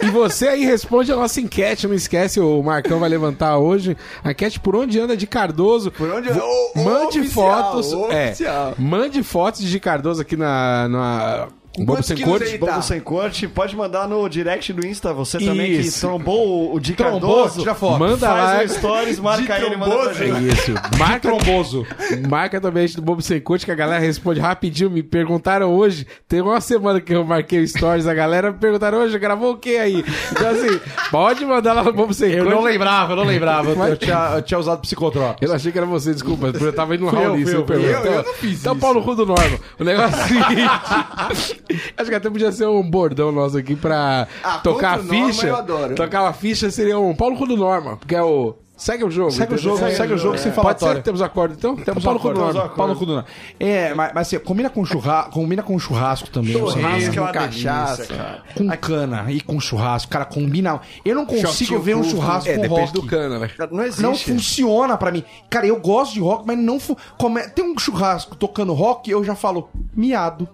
S2: E você aí responde a nossa enquete, não esquece, o Marcão vai levantar hoje. A enquete por onde anda de Cardoso. Por
S5: onde- o- o
S2: Mande
S5: oficial,
S2: fotos.
S5: o
S2: é,
S5: oficial.
S2: mande fotos de Cardoso aqui na. na Bobo
S5: Quantos
S2: Sem
S5: quilos
S2: Corte.
S5: ele
S3: Bobo
S5: tá?
S3: sem corte, pode mandar no direct do Insta, você também que
S2: Isso.
S3: trombou o- o de
S1: Trombou,
S3: Cardoso.
S1: tira foto.
S2: Manda lá.
S3: Faz um stories, marca ele, manda pra
S2: É
S3: gente.
S2: isso. Marca tromboso. Marca também a gente do Bobo Sem Corte, que a galera responde rapidinho. Me perguntaram hoje. Tem uma semana que eu marquei o stories, a galera me perguntaram hoje, gravou o que aí? Então assim, pode mandar lá no Bobo Sem
S1: Eu
S2: Corte.
S1: não lembrava, eu não lembrava. Eu, tinha, eu tinha usado psicotrópico.
S2: Eu achei que era você, desculpa, porque eu tava indo no round
S1: eu,
S2: list,
S1: fui eu,
S2: pergunto.
S5: eu, eu não fiz
S2: Então,
S5: isso.
S2: Paulo Rudo Norma. O negócio é o seguinte. Acho que até podia ser um bordão nosso aqui pra
S5: Ah,
S2: tocar a
S5: contra o Norma,
S2: ficha.
S5: eu adoro.
S2: Tocar uma ficha seria um Paulo Cudo Norma, porque é o. Segue o jogo.
S1: Segue o
S2: entendeu?
S1: jogo, segue o jogo sem
S2: Pode ser
S1: falatório.
S2: que temos acordo, então? Temos
S1: Paulo
S2: acordo.
S1: Cudona. Paulo Cudona. É, mas, mas assim, combina com churrasco, combina com churrasco também.
S5: Churrasco
S1: sabe?
S5: é uma cachaça.
S1: Com cana e com churrasco, cara, combina. Eu não consigo ver um churrasco
S2: É,
S1: com
S2: depende
S1: rock.
S2: do cana, velho.
S3: Não existe.
S1: Não funciona pra mim. Cara, eu gosto de rock, mas não fu come- tem um churrasco tocando rock, eu já falo miado.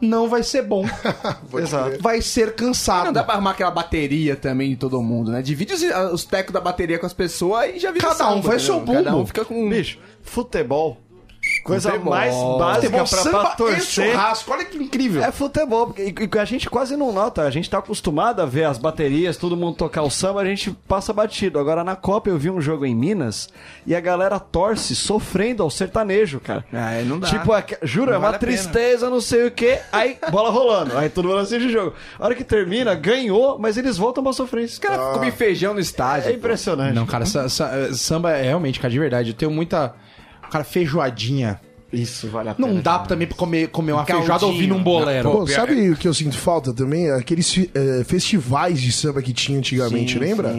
S1: Não vai ser bom.
S3: Exato.
S1: vai ser cansado.
S5: Não dá pra arrumar aquela bateria também de todo mundo, né? Divide os, os tecos da bateria com as pessoas e já vira
S1: Cada um
S5: samba,
S1: faz
S5: entendeu?
S1: seu
S5: Cada um
S1: bumbo.
S5: fica com...
S3: Bicho, futebol. Coisa
S5: Futebol.
S3: mais
S1: Tem
S3: básica
S1: bom
S3: pra, pra
S1: samba e
S3: torcer.
S1: churrasco. Olha que incrível.
S3: É futebol, porque- e e a gente quase não nota. A gente tá acostumado a ver as baterias, todo mundo tocar o samba, a gente passa batido. Agora na Copa eu vi um jogo em Minas e a galera torce sofrendo ao sertanejo, cara.
S5: Ah, não dá.
S3: Tipo, aque- juro, é uma
S5: vale a pena.
S3: tristeza, não sei o quê. Aí bola rolando, aí todo mundo assiste o jogo. A hora que termina, ganhou, mas eles voltam pra sofrência.
S5: Cara,
S3: Cara,
S5: come feijão no
S3: é
S5: estádio.
S3: impressionante.
S1: Não, cara, sa- sa- samba é realmente, cara, de verdade. Eu tenho muita. Cara, feijoadinha.
S3: Isso vale a pena.
S1: Não dá também pra comer, comer uma
S5: Caldinho.
S1: feijoada ouvindo um bolero.
S6: Bom, sabe o que eu sinto falta também? Aqueles eh, festivais de samba que tinha antigamente, lembra?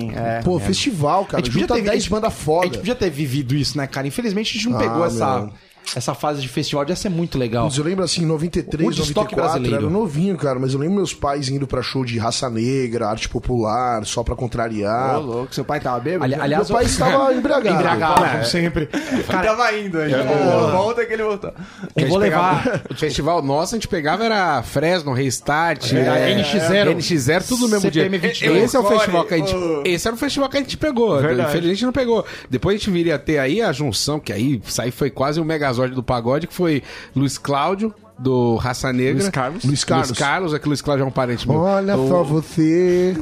S6: Pô, festival, cara. Junta 10 banda
S1: A
S6: foda.
S1: gente podia ter vivido isso, né, cara? Infelizmente a gente não
S6: Ah,
S1: pegou essa,
S6: meu.
S1: essa fase de festival. Ia ser muito legal.
S6: Putz, eu lembro assim, em 93,
S1: O Woodstock
S6: 94,
S1: brasileiro.
S6: era novinho, cara, mas eu lembro meus pais indo pra show de raça negra, arte popular, só pra contrariar.
S5: louco, seu pai tava bêbado?
S1: Ali- aliás,
S6: Meu pai estava embriagado. né?
S1: embriagado, como sempre.
S5: Ele
S1: Cara,
S5: tava indo ainda. Deu a volta que ele voltou.
S1: eu vou levar.
S2: O festival nosso, a gente pegava era Fresno, Restart,
S1: É,
S2: é,
S1: NX0.
S2: NX0, tudo no mesmo
S1: CPM
S2: dia.
S1: 28.
S2: Esse é o festival que a gente.
S5: Oh.
S2: Esse era o festival que a gente pegou. Infelizmente não pegou. Depois a gente viria a ter aí a junção, que aí sair foi quase um megazord do pagode, que foi Luiz Cláudio. Do Raça Negra.
S3: Luiz Carlos.
S2: Luiz
S6: Luiz
S2: Carlos.
S6: Carlos.
S2: Luiz Carlos, é que Luiz Cláudio é um parente meu.
S6: Olha
S2: o
S6: só você.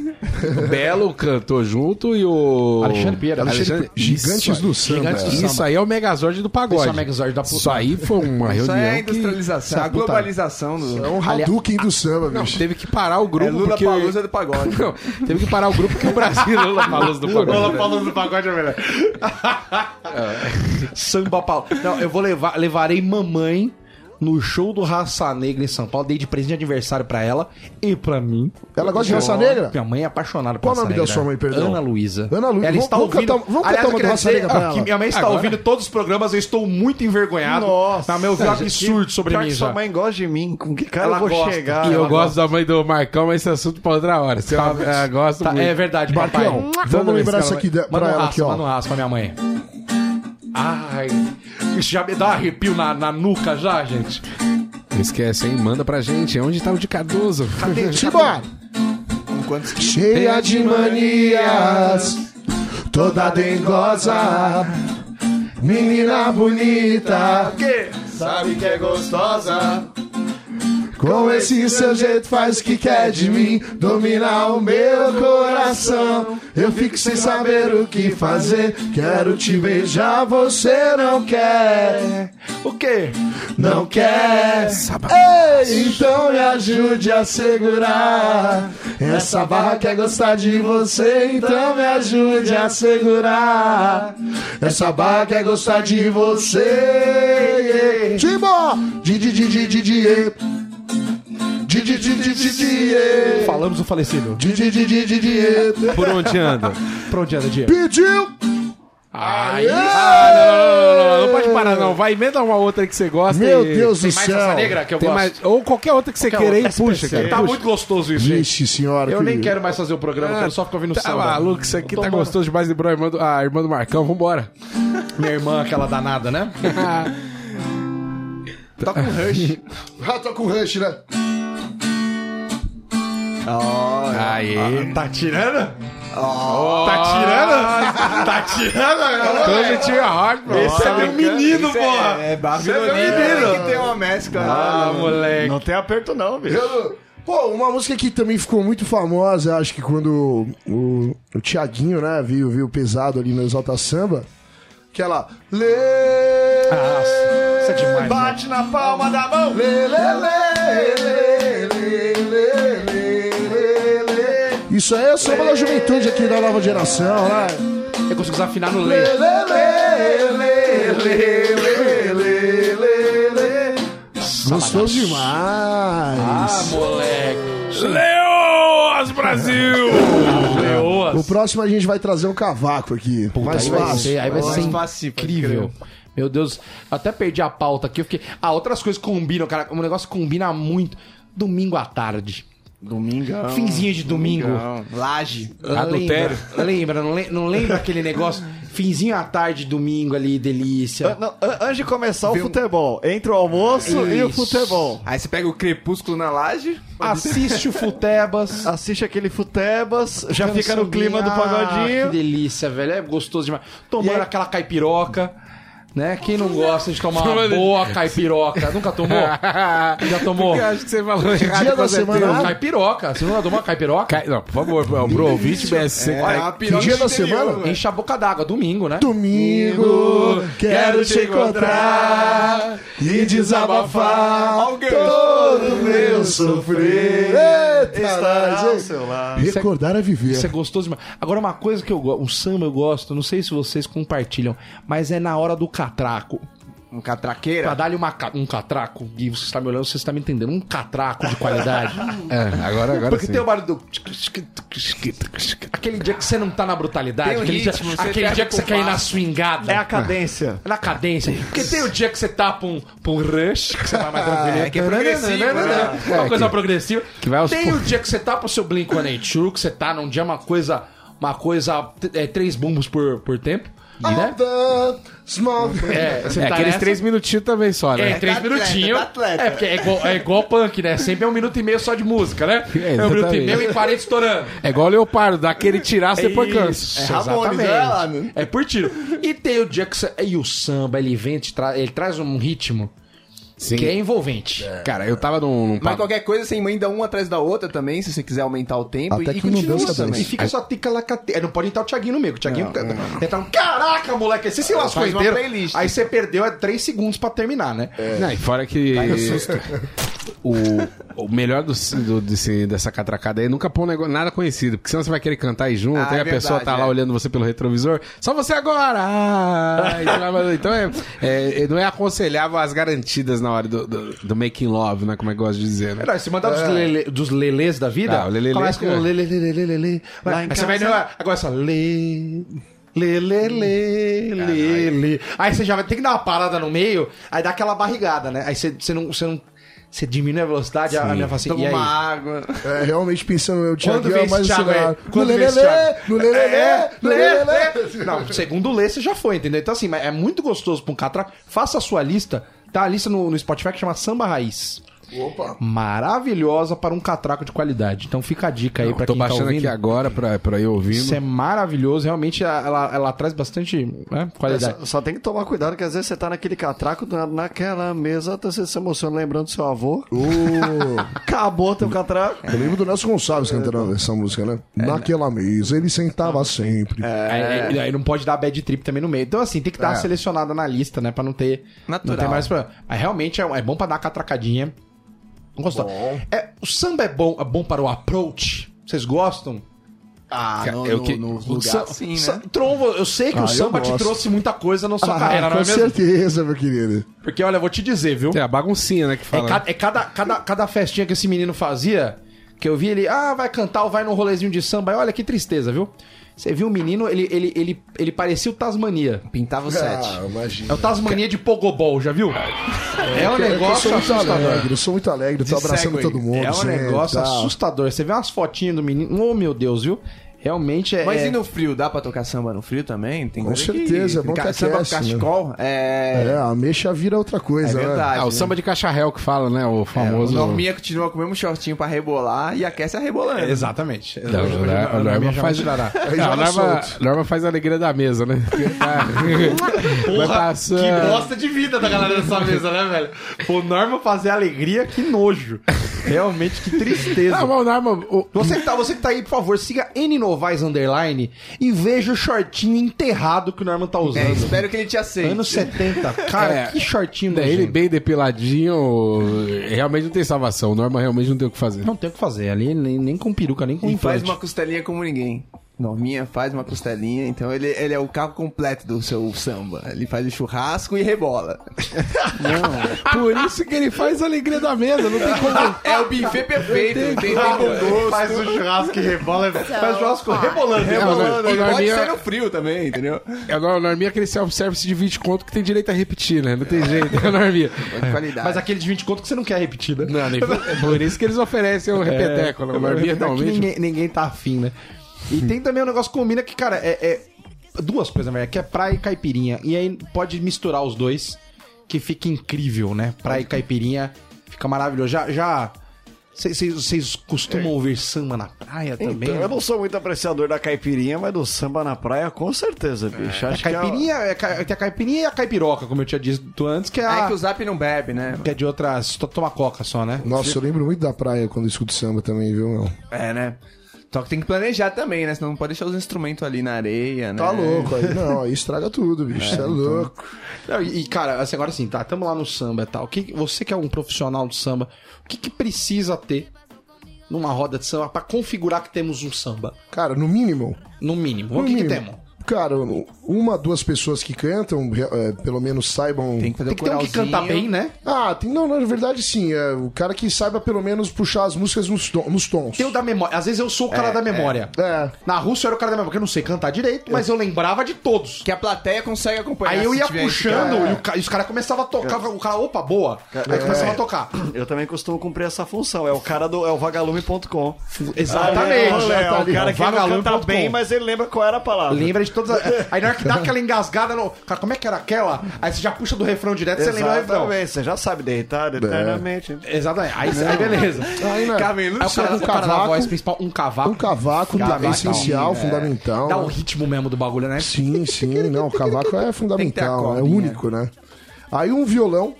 S2: Belo cantou junto e o.
S1: Alexandre Pinheiro.
S6: Alexandre, gigantes do samba.
S1: Gigantes do
S6: Gigantes
S1: samba.
S2: Isso aí é o megazord do pagode.
S1: Isso é o megazord da puta.
S2: Isso aí foi uma
S5: Isso
S2: reunião.
S5: aí é a
S2: que-
S5: industrialização, a globalização do...
S6: É um Hadouken do samba,
S2: Não,
S6: bicho.
S2: teve que parar o grupo.
S5: É Lula
S2: porque...
S5: Palusa do pagode.
S2: Não, teve que parar o grupo que o Brasil é Lula Palusa do pagode.
S1: Falando do pagode é melhor. Samba Paulo. Não, eu vou levar, levarei mamãe no show do Raça Negra em São Paulo. Dei de presente de aniversário pra ela e pra mim.
S6: Ela gosta de raça negra?
S1: Minha mãe é apaixonada por
S6: Tá. Qual o
S1: Raça
S6: nome da
S1: Negra.
S6: sua mãe, perdão?
S1: Ana Luísa.
S6: Ana Luísa.
S1: Ela
S6: Vamos-
S1: está
S6: vamos
S1: ouvindo.
S6: cantar- vamos
S1: Aliás,
S6: cantar uma
S1: eu queria
S6: do Raça
S1: dizer
S6: Negra pra
S1: que
S6: ela.
S1: minha mãe está
S2: Agora?
S1: ouvindo todos os programas, eu estou muito envergonhado.
S3: Nossa.
S1: Minha mãe ouviu um absurdo sobre
S3: Pior
S1: mim
S3: que sua
S1: já.
S3: mãe gosta de mim, com que cara
S1: Ela
S3: eu vou
S1: gosta.
S3: chegar?
S2: E eu
S3: Ela
S2: gosto da mãe do Marcão, mas esse assunto pra outra hora. Se ela, ela gosta
S1: Tá,
S2: muito.
S1: é verdade, papai.
S6: Marcão, vamos lembrar isso aqui da-
S1: Manda
S6: pra
S1: um
S6: ela
S1: raspa,
S6: aqui, ó.
S1: manda um raspa, minha mãe. Ai, isso já me dá um arrepio na, na nuca já, gente.
S2: Não esquece, hein? Manda pra gente. Onde tá o de Cardoso?
S6: Simbora! Cheia de manias, toda dengosa, menina bonita,
S5: Sabe que é gostosa.
S6: com esse seu jeito faz o que quer de mim, domina o meu coração. Eu fico sem saber o que fazer, quero te beijar, você não quer,
S1: O quê?
S6: não quer. Ei, então me ajude a segurar. Essa barra quer gostar de você, então me ajude a segurar. Essa barra quer gostar de você. Timó! Didi, didi, didi, e. Didi, didi, didi, e.
S1: Falamos do falecido.
S6: Didi, didi, didi, e.
S2: Por onde anda?
S1: Pra onde era, Diego?
S6: Pediu!
S2: Aí. não, não, não, não, não pode parar, não. Vai, emenda uma outra que você gosta.
S6: Meu
S2: e-
S6: Deus do
S1: Tem mais essa
S6: céu!
S1: negra que eu
S2: Tem
S1: gosto.
S2: mais- Ou qualquer outra que você queira aí, puxa, cara.
S1: Tá
S2: puxa.
S1: muito gostoso isso, gente.
S6: Vixe, senhora.
S1: Eu
S6: que-
S1: nem quero mais fazer o programa, eu quero só ficar ouvindo
S2: Tá
S5: ah,
S1: samba.
S2: maluco, isso aqui tá
S1: Tomando.
S2: gostoso demais, lembrou a irmã do, a irmã do Marcão. Vambora.
S1: Minha irmã, aquela danada, né?
S5: Toca um rush.
S6: Ah, tô com rush, né?
S2: Aê.
S1: Tá tirando? Tá tirando? Tá tirando?
S2: Hoje tinha Hartman.
S1: Esse é meu menino, porra!
S5: É,
S1: Você
S5: é
S1: é
S5: Babilônia.
S1: meu menino.
S5: Tem que ter uma mescla.
S1: Ah,
S5: né?
S1: moleque.
S3: Não tem aperto não, bicho.
S6: Eu- Pô, uma música que também ficou muito famosa, acho que quando o, o Tiaguinho, né, viu, viu pesado ali no Exalta Samba, aquela. Lê, Ah,
S1: Nossa, isso é demais, né?
S3: Bate na palma da mão.
S6: lê, lê, lê, lê, lê, lê, lê, lê. Isso aí é samba da juventude aqui da nova geração, né?
S1: Eu consigo desafinar no lei.
S6: Lê, lê, lê, lê, lê, lê, lê, lê, lê. Gostoso demais.
S2: Leoas Brasil! Leoas!
S6: O próximo a gente vai trazer um cavaco aqui. mais
S1: aí vai
S6: fácil.
S1: ser, aí vai
S5: Mais
S1: ser
S5: fácil, pode
S1: incrível. Meu Deus, até perdi a pauta aqui. Eu fiquei... Ah, outras coisas combinam, cara. Um negócio combina muito. Domingo à tarde.
S5: Domingão.
S1: Finzinho de domingo. Ah,
S5: Laje.
S2: Adultério.
S1: Lembra, lembra não, le- não lembra aquele negócio? Finzinho à tarde, domingo ali, delícia.
S3: Não, an- antes de começar o futebol, entre o almoço e o
S1: Isso.
S3: futebol.
S5: Aí você pega o crepúsculo na laje.
S1: Assiste o Futebas.
S3: Assiste aquele futebas, já fica no
S1: Cançãozinha.
S3: clima do
S1: Ah, que
S3: pagodinho.
S1: delícia, velho. É gostoso demais. Tomando
S3: E aí-
S1: aquela caipiroca. Né? Quem não gosta de tomar uma
S2: Tomando-
S1: boa caipiroca? Nunca tomou? Já tomou?
S2: Eu
S3: é
S2: acho que você falou errado.
S6: Dia da
S2: com certeza.
S6: semana. né?
S1: Caipiroca. Você nunca tomou uma caipiroca?
S2: Cai- Não, por favor, é bro, ouvinte BSC.
S5: É
S2: Cai-
S5: uma piroca
S6: dia da
S5: interior,
S6: semana?
S5: velho.
S1: Enche a boca d'água, domingo, né?
S6: Domingo, quero te encontrar e desabafar
S5: Alguém.
S6: todo meu sofrer. Eita,
S3: Estará
S6: nós,
S3: ao
S6: hein?
S3: seu lado.
S6: Recordar é
S1: Isso é
S6: viver.
S1: gostoso demais. Agora, uma coisa que eu gosto, o samba eu gosto, não sei se vocês compartilham, mas é na hora do catraco.
S5: Um
S1: Pra
S3: É.
S5: catraqueira.
S1: dar-lhe uma ca- um catraco, Gui, você está me olhando, você está me entendendo, um catraco de qualidade.
S2: É, agora, agora
S1: Porque
S2: sim.
S1: tem o barulho do... Aquele dia que você não tá na brutalidade,
S5: Tem o
S1: aquele,
S5: ritmo,
S1: dia,
S5: você
S1: aquele
S5: tá
S1: dia que você quer ir na swingada.
S3: É a cadência.
S1: Na cadência. Porque tem o dia que você tá pra um, pra um rush, que você vai mais tranquilo.
S5: É, que é progressivo, né?
S1: É uma coisa progressiva.
S2: que vai aos
S1: tem
S2: pou-
S1: o dia que você tá pro seu Blink-182, que você tá num dia uma coisa... Uma coisa... É, três bumbos por, por tempo,
S6: Ah,
S1: né?
S6: All the small-
S1: É, você
S2: É,
S1: tá
S2: aqueles
S1: nessa-
S2: três minutinhos também só,
S1: É,
S2: né?
S1: três
S5: atleta,
S1: minutinhos.
S5: é atleta.
S1: É, porque é igual, é igual punk, né? Sempre é um minuto e meio só de música, né? É, um minuto e
S2: exatamente.
S1: meio e 40 estourando.
S2: É igual o leopardo, dá aquele tiraço depois
S1: Isso, É.
S2: cansa.
S5: É Ramones,
S1: exatamente.
S5: olha lá, né?
S1: É por tiro. E tem o dia que você... E o samba, ele vem, te tra- ele traz um ritmo
S2: Sim.
S1: que é envolvente.
S2: Cara, eu tava num, num
S5: Mas
S2: papo.
S5: qualquer coisa, você emenda uma atrás da outra também, se você quiser aumentar o tempo.
S6: Até
S5: e
S6: que não
S5: continua
S6: dança
S5: também.
S1: E
S6: bem.
S1: fica só tica lacate. É, Não pode entrar o Thiaguinho no meio. que O Thiaguinho entra um, Caraca, moleque, você se lascou
S5: É, Faz uma
S1: inteiro.
S5: playlist. É.
S1: Aí você perdeu é, três segundos pra terminar, né?
S2: Não, e fora que. O, o melhor do, do- desse- dessa catracada aí é nunca pôr um negócio, nada conhecido, porque senão você vai querer cantar aí junto,
S5: Ah,
S2: aí
S5: é
S2: a pessoa
S5: verdade,
S2: tá lá
S5: é.
S2: olhando você pelo retrovisor, só você agora! Ah, aí você vai fazer- então é, é- é- não é aconselhável as garantidas na hora do, do, do making love, né? Como é que eu gosto de dizer, né?
S1: Não, se mandar
S5: É.
S1: dos, lele, dos lelês da vida,
S2: Ah, o lelelê
S1: começa com
S2: que é.
S1: lelê, lelê, lelê, lelê. Vai,
S3: Lá em
S1: Aí você vai
S3: casa-
S1: no- agora só lê, lê, lê, lê, lê, lê. Aí você já vai ter que dar uma parada no meio, aí dá aquela barrigada, né? Aí você, você não... Você não você diminui a velocidade, a minha fala assim,
S5: Toma
S1: e aí?
S5: uma água.
S6: É, realmente pensando no Thiago,
S1: Quando vê
S6: é
S1: esse
S6: mais
S1: Thiago aí?
S6: acelerado. No
S1: Quando vê esse
S6: lelele,
S1: Thiago?
S6: no lelele,
S1: É,
S6: no
S1: lê,
S6: lelele.
S1: lê. Não, segundo o Lê, você já foi, entendeu? Então, assim, mas é muito gostoso pra um catraco. Faça a sua lista. Tá a lista no, no Spotify que chama Samba Raiz. Opa. Maravilhosa para um catraco de qualidade. Então fica a dica aí pra
S2: Tô
S1: quem tá
S2: baixando aqui
S1: ouvindo.
S2: agora pra, pra ir ouvindo.
S1: Isso é maravilhoso. Realmente, ela, ela traz bastante né, qualidade.
S3: Só, só tem que tomar cuidado, que às vezes você tá naquele catraco, do nada, naquela mesa, até você se emociona lembrando do seu avô. Uh. Acabou teu catraco.
S6: Eu lembro do Nelson Gonçalves cantando essa música, né?
S1: É,
S6: Naquela mesa ele
S1: Ah.
S6: sentava sempre. É.
S1: Aí, aí não pode dar bad trip também no meio. Então, assim, tem que dar uma selecionada na lista, né? Pra não ter,
S5: Natural.
S1: Não ter mais problema. Mas realmente é, é bom pra dar uma catracadinha. Gostou. É, o samba é bom, é bom para o approach. Vocês gostam?
S5: Ah,
S2: Cara,
S5: no,
S2: eu
S5: no,
S2: que-
S5: nos
S1: O
S5: lugares
S1: sa-
S5: assim,
S1: sa-
S5: né?
S1: Trombo, eu sei que
S6: Ah,
S1: o
S6: eu
S1: samba te
S6: gosto.
S1: trouxe muita coisa na sua carreira, não é
S6: Ah, com
S1: mesmo?
S6: certeza, Tá, meu querido.
S1: Porque, olha, eu vou te dizer, viu?
S2: É a baguncinha, né? Que
S1: É,
S2: fala.
S1: cada, é cada, cada, cada festinha que esse menino fazia, que eu vi ele, ah, vai cantar ou vai num rolezinho de samba. E olha que tristeza, viu? Você viu o menino, ele, ele, ele, ele parecia o Tasmania.
S5: Pintava o sete.
S6: Ah, imagina.
S1: É o Tasmania de Pogobol, já viu? É um
S6: Eu sou
S1: negócio
S6: muito
S1: assustador.
S6: alegre, eu sou muito alegre, tô abraçando
S5: segue aí.
S6: todo mundo.
S1: É um
S6: sempre, tá?
S1: negócio
S6: tal.
S1: assustador. Você vê umas fotinhas do menino, oh meu Deus, viu? Realmente é.
S5: Mas e no frio? Dá pra tocar samba no frio também? Tem
S6: Com
S5: coisa
S6: certeza, é
S5: que...
S6: bom
S5: ca-
S6: que
S5: Samba
S6: aquece, né?
S5: cachecol é...
S6: É, a mexa vira outra
S5: É,
S6: coisa, né?
S5: verdade.
S2: Ah, o
S5: né?
S2: samba de cacharel que fala, né?
S1: É,
S2: O famoso.
S5: O Norminha continua com o mesmo shortinho pra rebolar e aquece arrebolando.
S1: é- Exatamente.
S2: Não,
S1: Eu- eu- eu-
S2: a
S1: eu- eu-
S2: Norma
S1: eu-
S2: faz.
S1: eu- eu- eu- eu-
S6: Aí joga
S2: A Norma,
S6: solto.
S2: Norma faz a alegria da mesa, né? Vai passando.
S1: Que bosta de vida da galera dessa mesa, né, velho? O Norma fazer alegria, que nojo. Realmente, que tristeza.
S2: Não, mas o Norma. o-
S1: Você que, tá, você que tá aí, por favor, siga N Novaes Underline e veja o shortinho enterrado que o Norman tá
S5: É,
S1: usando.
S5: espero que ele te aceite.
S1: Anos 70. Cara,
S2: É.
S1: que shortinho
S2: Daí ele
S1: nojento.
S2: bem depiladinho, realmente não tem salvação. O Norma realmente não tem o que fazer.
S1: Não tem o que fazer ali, nem, nem com peruca, nem com
S5: E faz
S1: implante.
S5: uma costelinha como ninguém. novinha, faz uma costelinha. Então ele, ele é o carro completo do seu samba. Ele faz o churrasco e rebola.
S2: Por isso que ele faz a alegria da mesa. Não tem como.
S5: É o buffet perfeito. Tem, tem bom gosto.
S1: Faz o churrasco e rebola. Faz o churrasco
S4: ó.
S1: rebolando.
S2: Rebolando,
S5: E
S2: agora
S5: pode
S2: minha-
S5: ser no frio também, entendeu?
S2: Agora, o Norminha é aquele self-service de 20 conto que tem direito a repetir, né? Não tem jeito, né, Norminha?
S5: De qualidade.
S1: Mas aquele de 20 conto que você não quer repetir, né?
S2: Não, nem... é Por isso que eles oferecem o
S3: É,
S1: É,
S2: repeteco. né? o Norminha
S1: Aqui
S2: realmente.
S1: ninguém, ninguém tá afim, né? E
S3: Hum.
S1: tem também um negócio que combina que, cara, é. é duas coisas, na verdade, que é praia e caipirinha. E aí pode misturar os dois, que fica incrível, né? Praia e caipirinha fica maravilhoso. Já. já... Vocês- Vocês vocês costumam ouvir samba na praia também?
S3: É. Então, eu não sou muito apreciador da caipirinha, mas do samba na praia, com certeza, bicho.
S1: A
S3: Acho que é-
S1: caipirinha, é ca- tem a caipirinha e a caipiroca, como eu tinha dito antes, que é, a,
S5: É que o Zap não bebe, né?
S1: que é de outras. to- Toma coca só, né?
S6: Nossa, eu lembro muito da praia quando eu escuto samba também, viu, meu?
S5: É, né? Só que tem que planejar também, né? Senão não pode deixar os instrumentos ali na areia, né?
S1: É.
S6: Tá louco aí. Não, aí estraga tudo, bicho.
S1: então.
S6: Você é, louco.
S1: Não, e, e, cara, assim, agora sim, tá, tamo lá no samba e tal. O Que, você que é um profissional do samba, o que, que precisa ter numa roda de samba pra configurar que temos um samba?
S6: Cara, no mínimo.
S1: No mínimo.
S6: No
S1: o que, que
S6: mínimo.
S1: temos?
S6: Cara, uma, duas pessoas que cantam, é, pelo menos saibam.
S5: Tem que fazer
S1: Tem
S5: o
S1: que ter um que
S5: coralzinho.
S1: cantar bem, né?
S6: Ah, tem, não, na verdade sim. É, o cara que saiba pelo menos puxar as músicas nos, ton- nos tons.
S1: Eu da memória. Às vezes eu sou o cara da memória.
S6: É.
S1: Na Rússia eu era o cara da memória, porque eu não sei cantar direito, mas eu lembrava de todos.
S5: Que a plateia consegue acompanhar.
S1: Aí eu
S5: se
S1: ia
S5: tiver esse
S1: puxando
S5: cara.
S1: e, o ca- e os caras começavam a tocar. O cara, opa, boa. Aí começava a tocar.
S3: Eu também costumo cumprir essa função. É o cara do. É o vagalume.com.
S1: Exatamente. Tá
S3: É, o
S1: Ó,
S3: cara que não canta
S1: vagalume.com.
S3: bem, mas ele lembra qual era a palavra.
S1: Lembra de todas as... Aí na hora que dá aquela engasgada, no... cara, como é que era aquela? Aí você já puxa do refrão direto e você lembra o refrão.
S3: Exatamente, você já sabe deitar eternamente.
S1: Exatamente. Aí, você- aí beleza.
S6: Aí, né?
S5: Camelo
S1: Aí o cara,
S6: Um
S1: o cara da
S6: cavaco.
S1: voz principal, um cavaco.
S6: Um cavaco,
S1: Cavaco,
S6: é essencial,
S1: é.
S6: fundamental.
S1: Dá o ritmo mesmo do bagulho, né?
S6: Sim, sim, não. O cavaco é fundamental, é
S5: cordinha.
S6: único, né? Aí um violão.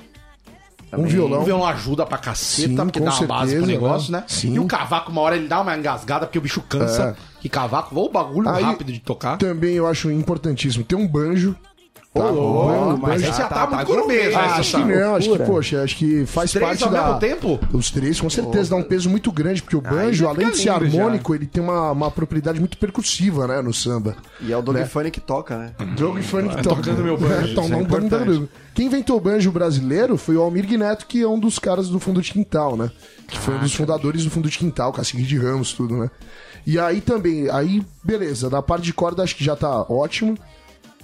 S6: Um violão.
S1: O violão ajuda pra caceta,
S6: Sim,
S1: porque
S6: com
S1: dá uma base pro
S6: certeza,
S1: negócio, né?
S6: né? Sim.
S1: E o cavaco, uma hora ele dá uma engasgada, porque o bicho cansa. E cavaco, ou o bagulho
S6: Aí-
S1: rápido de tocar.
S6: Também eu acho importantíssimo. Tem um banjo. Tá? Um banjo,
S1: mas
S6: banjo.
S1: aí já tá,
S5: tá
S1: muito
S5: gourmet,
S1: gourmet,
S5: já,
S1: né?
S6: Ah,
S1: Você
S6: acho
S1: tá-
S6: que não, acho que, poxa, acho que faz
S1: Três
S6: parte
S1: ao
S6: da...
S1: mesmo tempo?
S6: Os três, com certeza, dá um peso muito grande, porque o banjo, além de ser harmônico, ele tem uma, uma propriedade muito percussiva, né, no samba.
S3: E é o Dog Funny que toca, né?
S6: Drogo e funk toca. Ah, É, Tocando meu banjo, Quem inventou o banjo brasileiro foi o Almir Neto, que é um dos caras do Fundo de Quintal, né? Que foi um dos fundadores do Fundo de Quintal, Cacique de Ramos, tudo, né? E aí também, aí, beleza, na parte de corda acho que já tá ótimo.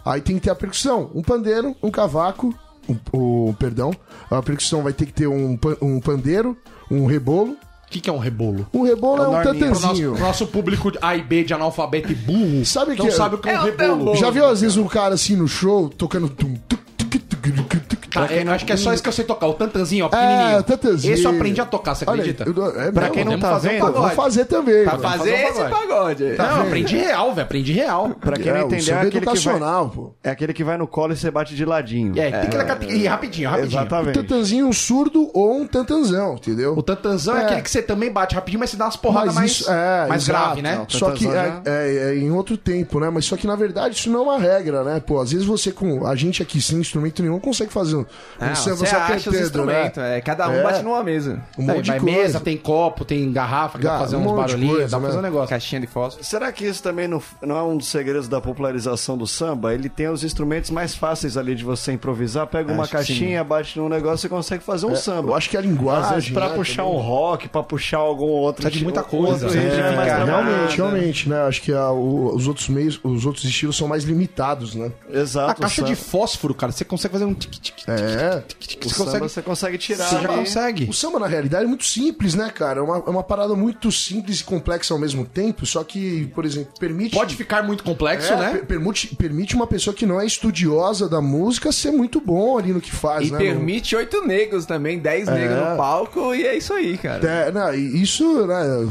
S6: Aí tem que ter a percussão, um pandeiro, um cavaco, um, o- perdão, a percussão vai ter que ter um, pan- um pandeiro, um rebolo.
S1: O que, que é um rebolo?
S6: Um rebolo é, um
S1: Pro nosso,
S6: tantanzinho.
S1: pro nosso público de A e B de analfabeto e burro,
S6: Sabe
S1: não
S6: que-
S1: sabe o que é um
S5: É o
S1: rebolo.
S5: tambor.
S6: Já viu às vezes um cara assim no show tocando tum, tuc, tuc, tuc, tuc, tuc,
S1: Tá, é, acho que é só isso que eu sei tocar, o tantanzinho, ó, pequenininho.
S6: Ah, hum. É, o tantanzinho.
S1: Esse eu aprendi a tocar, você
S6: Olha,
S1: acredita?
S6: eu dou- é
S1: pra
S6: mesmo?
S1: quem não
S6: Podemos
S1: tá
S6: fazer um
S1: vendo,
S6: pagode. Vou fazer também.
S1: Tá
S6: mano.
S1: fazendo.
S5: Fazer esse é pagode.
S1: Não, eu aprendi real, velho, aprendi real.
S3: Pra quem
S6: É,
S3: não
S6: o
S3: entendeu,
S6: samba
S3: é aquele, que vai,
S6: educacional, pô.
S3: é aquele que vai no colo e você bate de ladinho.
S1: É, pique- e rapidinho, rapidinho.
S6: Um
S3: Exatamente.
S6: tantanzinho um surdo ou um tantanzão, entendeu?
S1: O tantanzão é.
S6: É.
S1: aquele que você também bate rapidinho, mas você dá umas porradas mais, mais
S6: exato.
S1: grave, né?
S6: Só que é,
S3: Tantanzão
S6: é- é em outro tempo, né? Mas só que na verdade isso não é uma regra, né? Pô, às vezes você com a gente aqui sem instrumento nenhum consegue fazer um, um
S5: Não,
S6: samba
S5: você
S6: só
S5: acha os
S6: cantando, né?
S5: instrumentos. É, cada um
S6: É.
S5: bate numa mesa.
S6: Um
S1: Tem,
S6: monte de
S1: vai
S6: coisa.
S1: mesa, tem copo, tem garrafa, que dá pra
S6: Cara,
S1: fazer
S6: um
S1: uns
S6: monte de
S1: barulhinhos,
S6: coisa,
S1: dá pra
S6: né?
S1: fazer um negócio.
S5: Caixinha de fósforo.
S3: Será que isso também não, não é um dos segredos da popularização do samba? Ele tem os instrumentos mais fáceis ali de você improvisar, pega uma caixinha, bate num negócio e consegue fazer um samba.
S6: Eu acho que a
S3: Às
S6: linguagem.
S3: vezes pra
S6: né,
S3: puxar um rock, pra puxar algum outro.
S1: Precisa de muita
S3: outro
S1: coisa,
S3: ritmo
S1: né?
S3: mais
S6: É,
S3: trabalhado.
S6: realmente, realmente, né? Acho que a- o- os outros meios, os outros estilos são mais limitados, né?
S1: A
S3: Exato.
S1: Ah, caixa
S3: o
S1: de
S3: samba-
S1: fósforo, cara, você consegue fazer um tic-tic.
S6: É.
S1: Você
S3: o samba
S1: consegue.
S3: você consegue tirar.
S1: Você já
S3: ali.
S1: consegue.
S6: O samba, na realidade, é muito simples, né, cara? É uma, é uma parada muito simples e complexa ao mesmo tempo, só que, por exemplo, permite.
S1: Pode ficar muito complexo,
S6: É,
S1: né?
S6: per- permite, permite uma pessoa que não é estudiosa da música ser muito bom ali no que faz,
S5: E
S1: é
S6: né?
S5: permite oito negros também, dez negros no palco, e é isso aí, cara.
S6: É, não, e isso, né?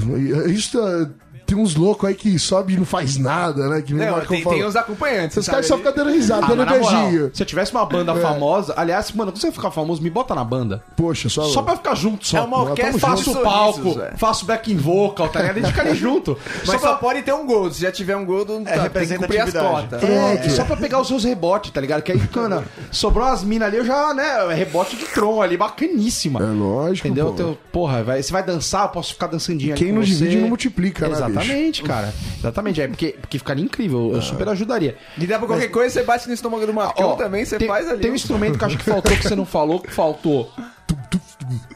S6: Isso ah, tem uns loucos aí que sobe e não faz nada, né? Que nem o
S5: Não,
S6: Marcão
S5: tem,
S6: falou.
S5: tem os acompanhantes.
S6: Os caras só
S5: sabe?
S6: ficam dando risada,
S1: Ah, mas
S6: dando
S1: na moral,
S6: beijinho. É.
S1: se eu tivesse uma banda famosa, aliás, mano, quando você ficar famoso, me bota na banda.
S6: Poxa, só.
S1: Só pra ficar junto, só.
S5: É uma orquestra de
S1: Faço
S5: sorrisos,
S1: palco,
S5: velho.
S1: faço back in vocal, tá ligado? A gente fica ali junto.
S5: Mas só
S1: pra-
S5: pode ter um gol. Se já tiver um gol, não tá, tem que cumprir as
S3: representatividade.
S5: cotas.
S1: É, só pra pegar os seus rebotes, tá ligado? Que aí, cara, sobrou umas minas ali, eu já, né, rebote de tron ali, bacaníssima.
S6: É lógico.
S1: Entendeu?
S6: pô.
S1: Teu, porra, vai, você vai dançar, eu posso ficar dançandinho
S6: Quem
S1: com
S6: não
S1: você.
S6: divide não multiplica, né, bicho?
S1: Exatamente. Exatamente, cara. Exatamente. É porque, porque ficaria incrível.
S6: Ah.
S1: Eu super ajudaria.
S5: Ligar pra qualquer coisa, você bate no estômago do Marcão
S1: Ó,
S5: também, você
S1: tem,
S5: faz ali.
S1: Tem um instrumento que eu acho que faltou, que você não falou, que faltou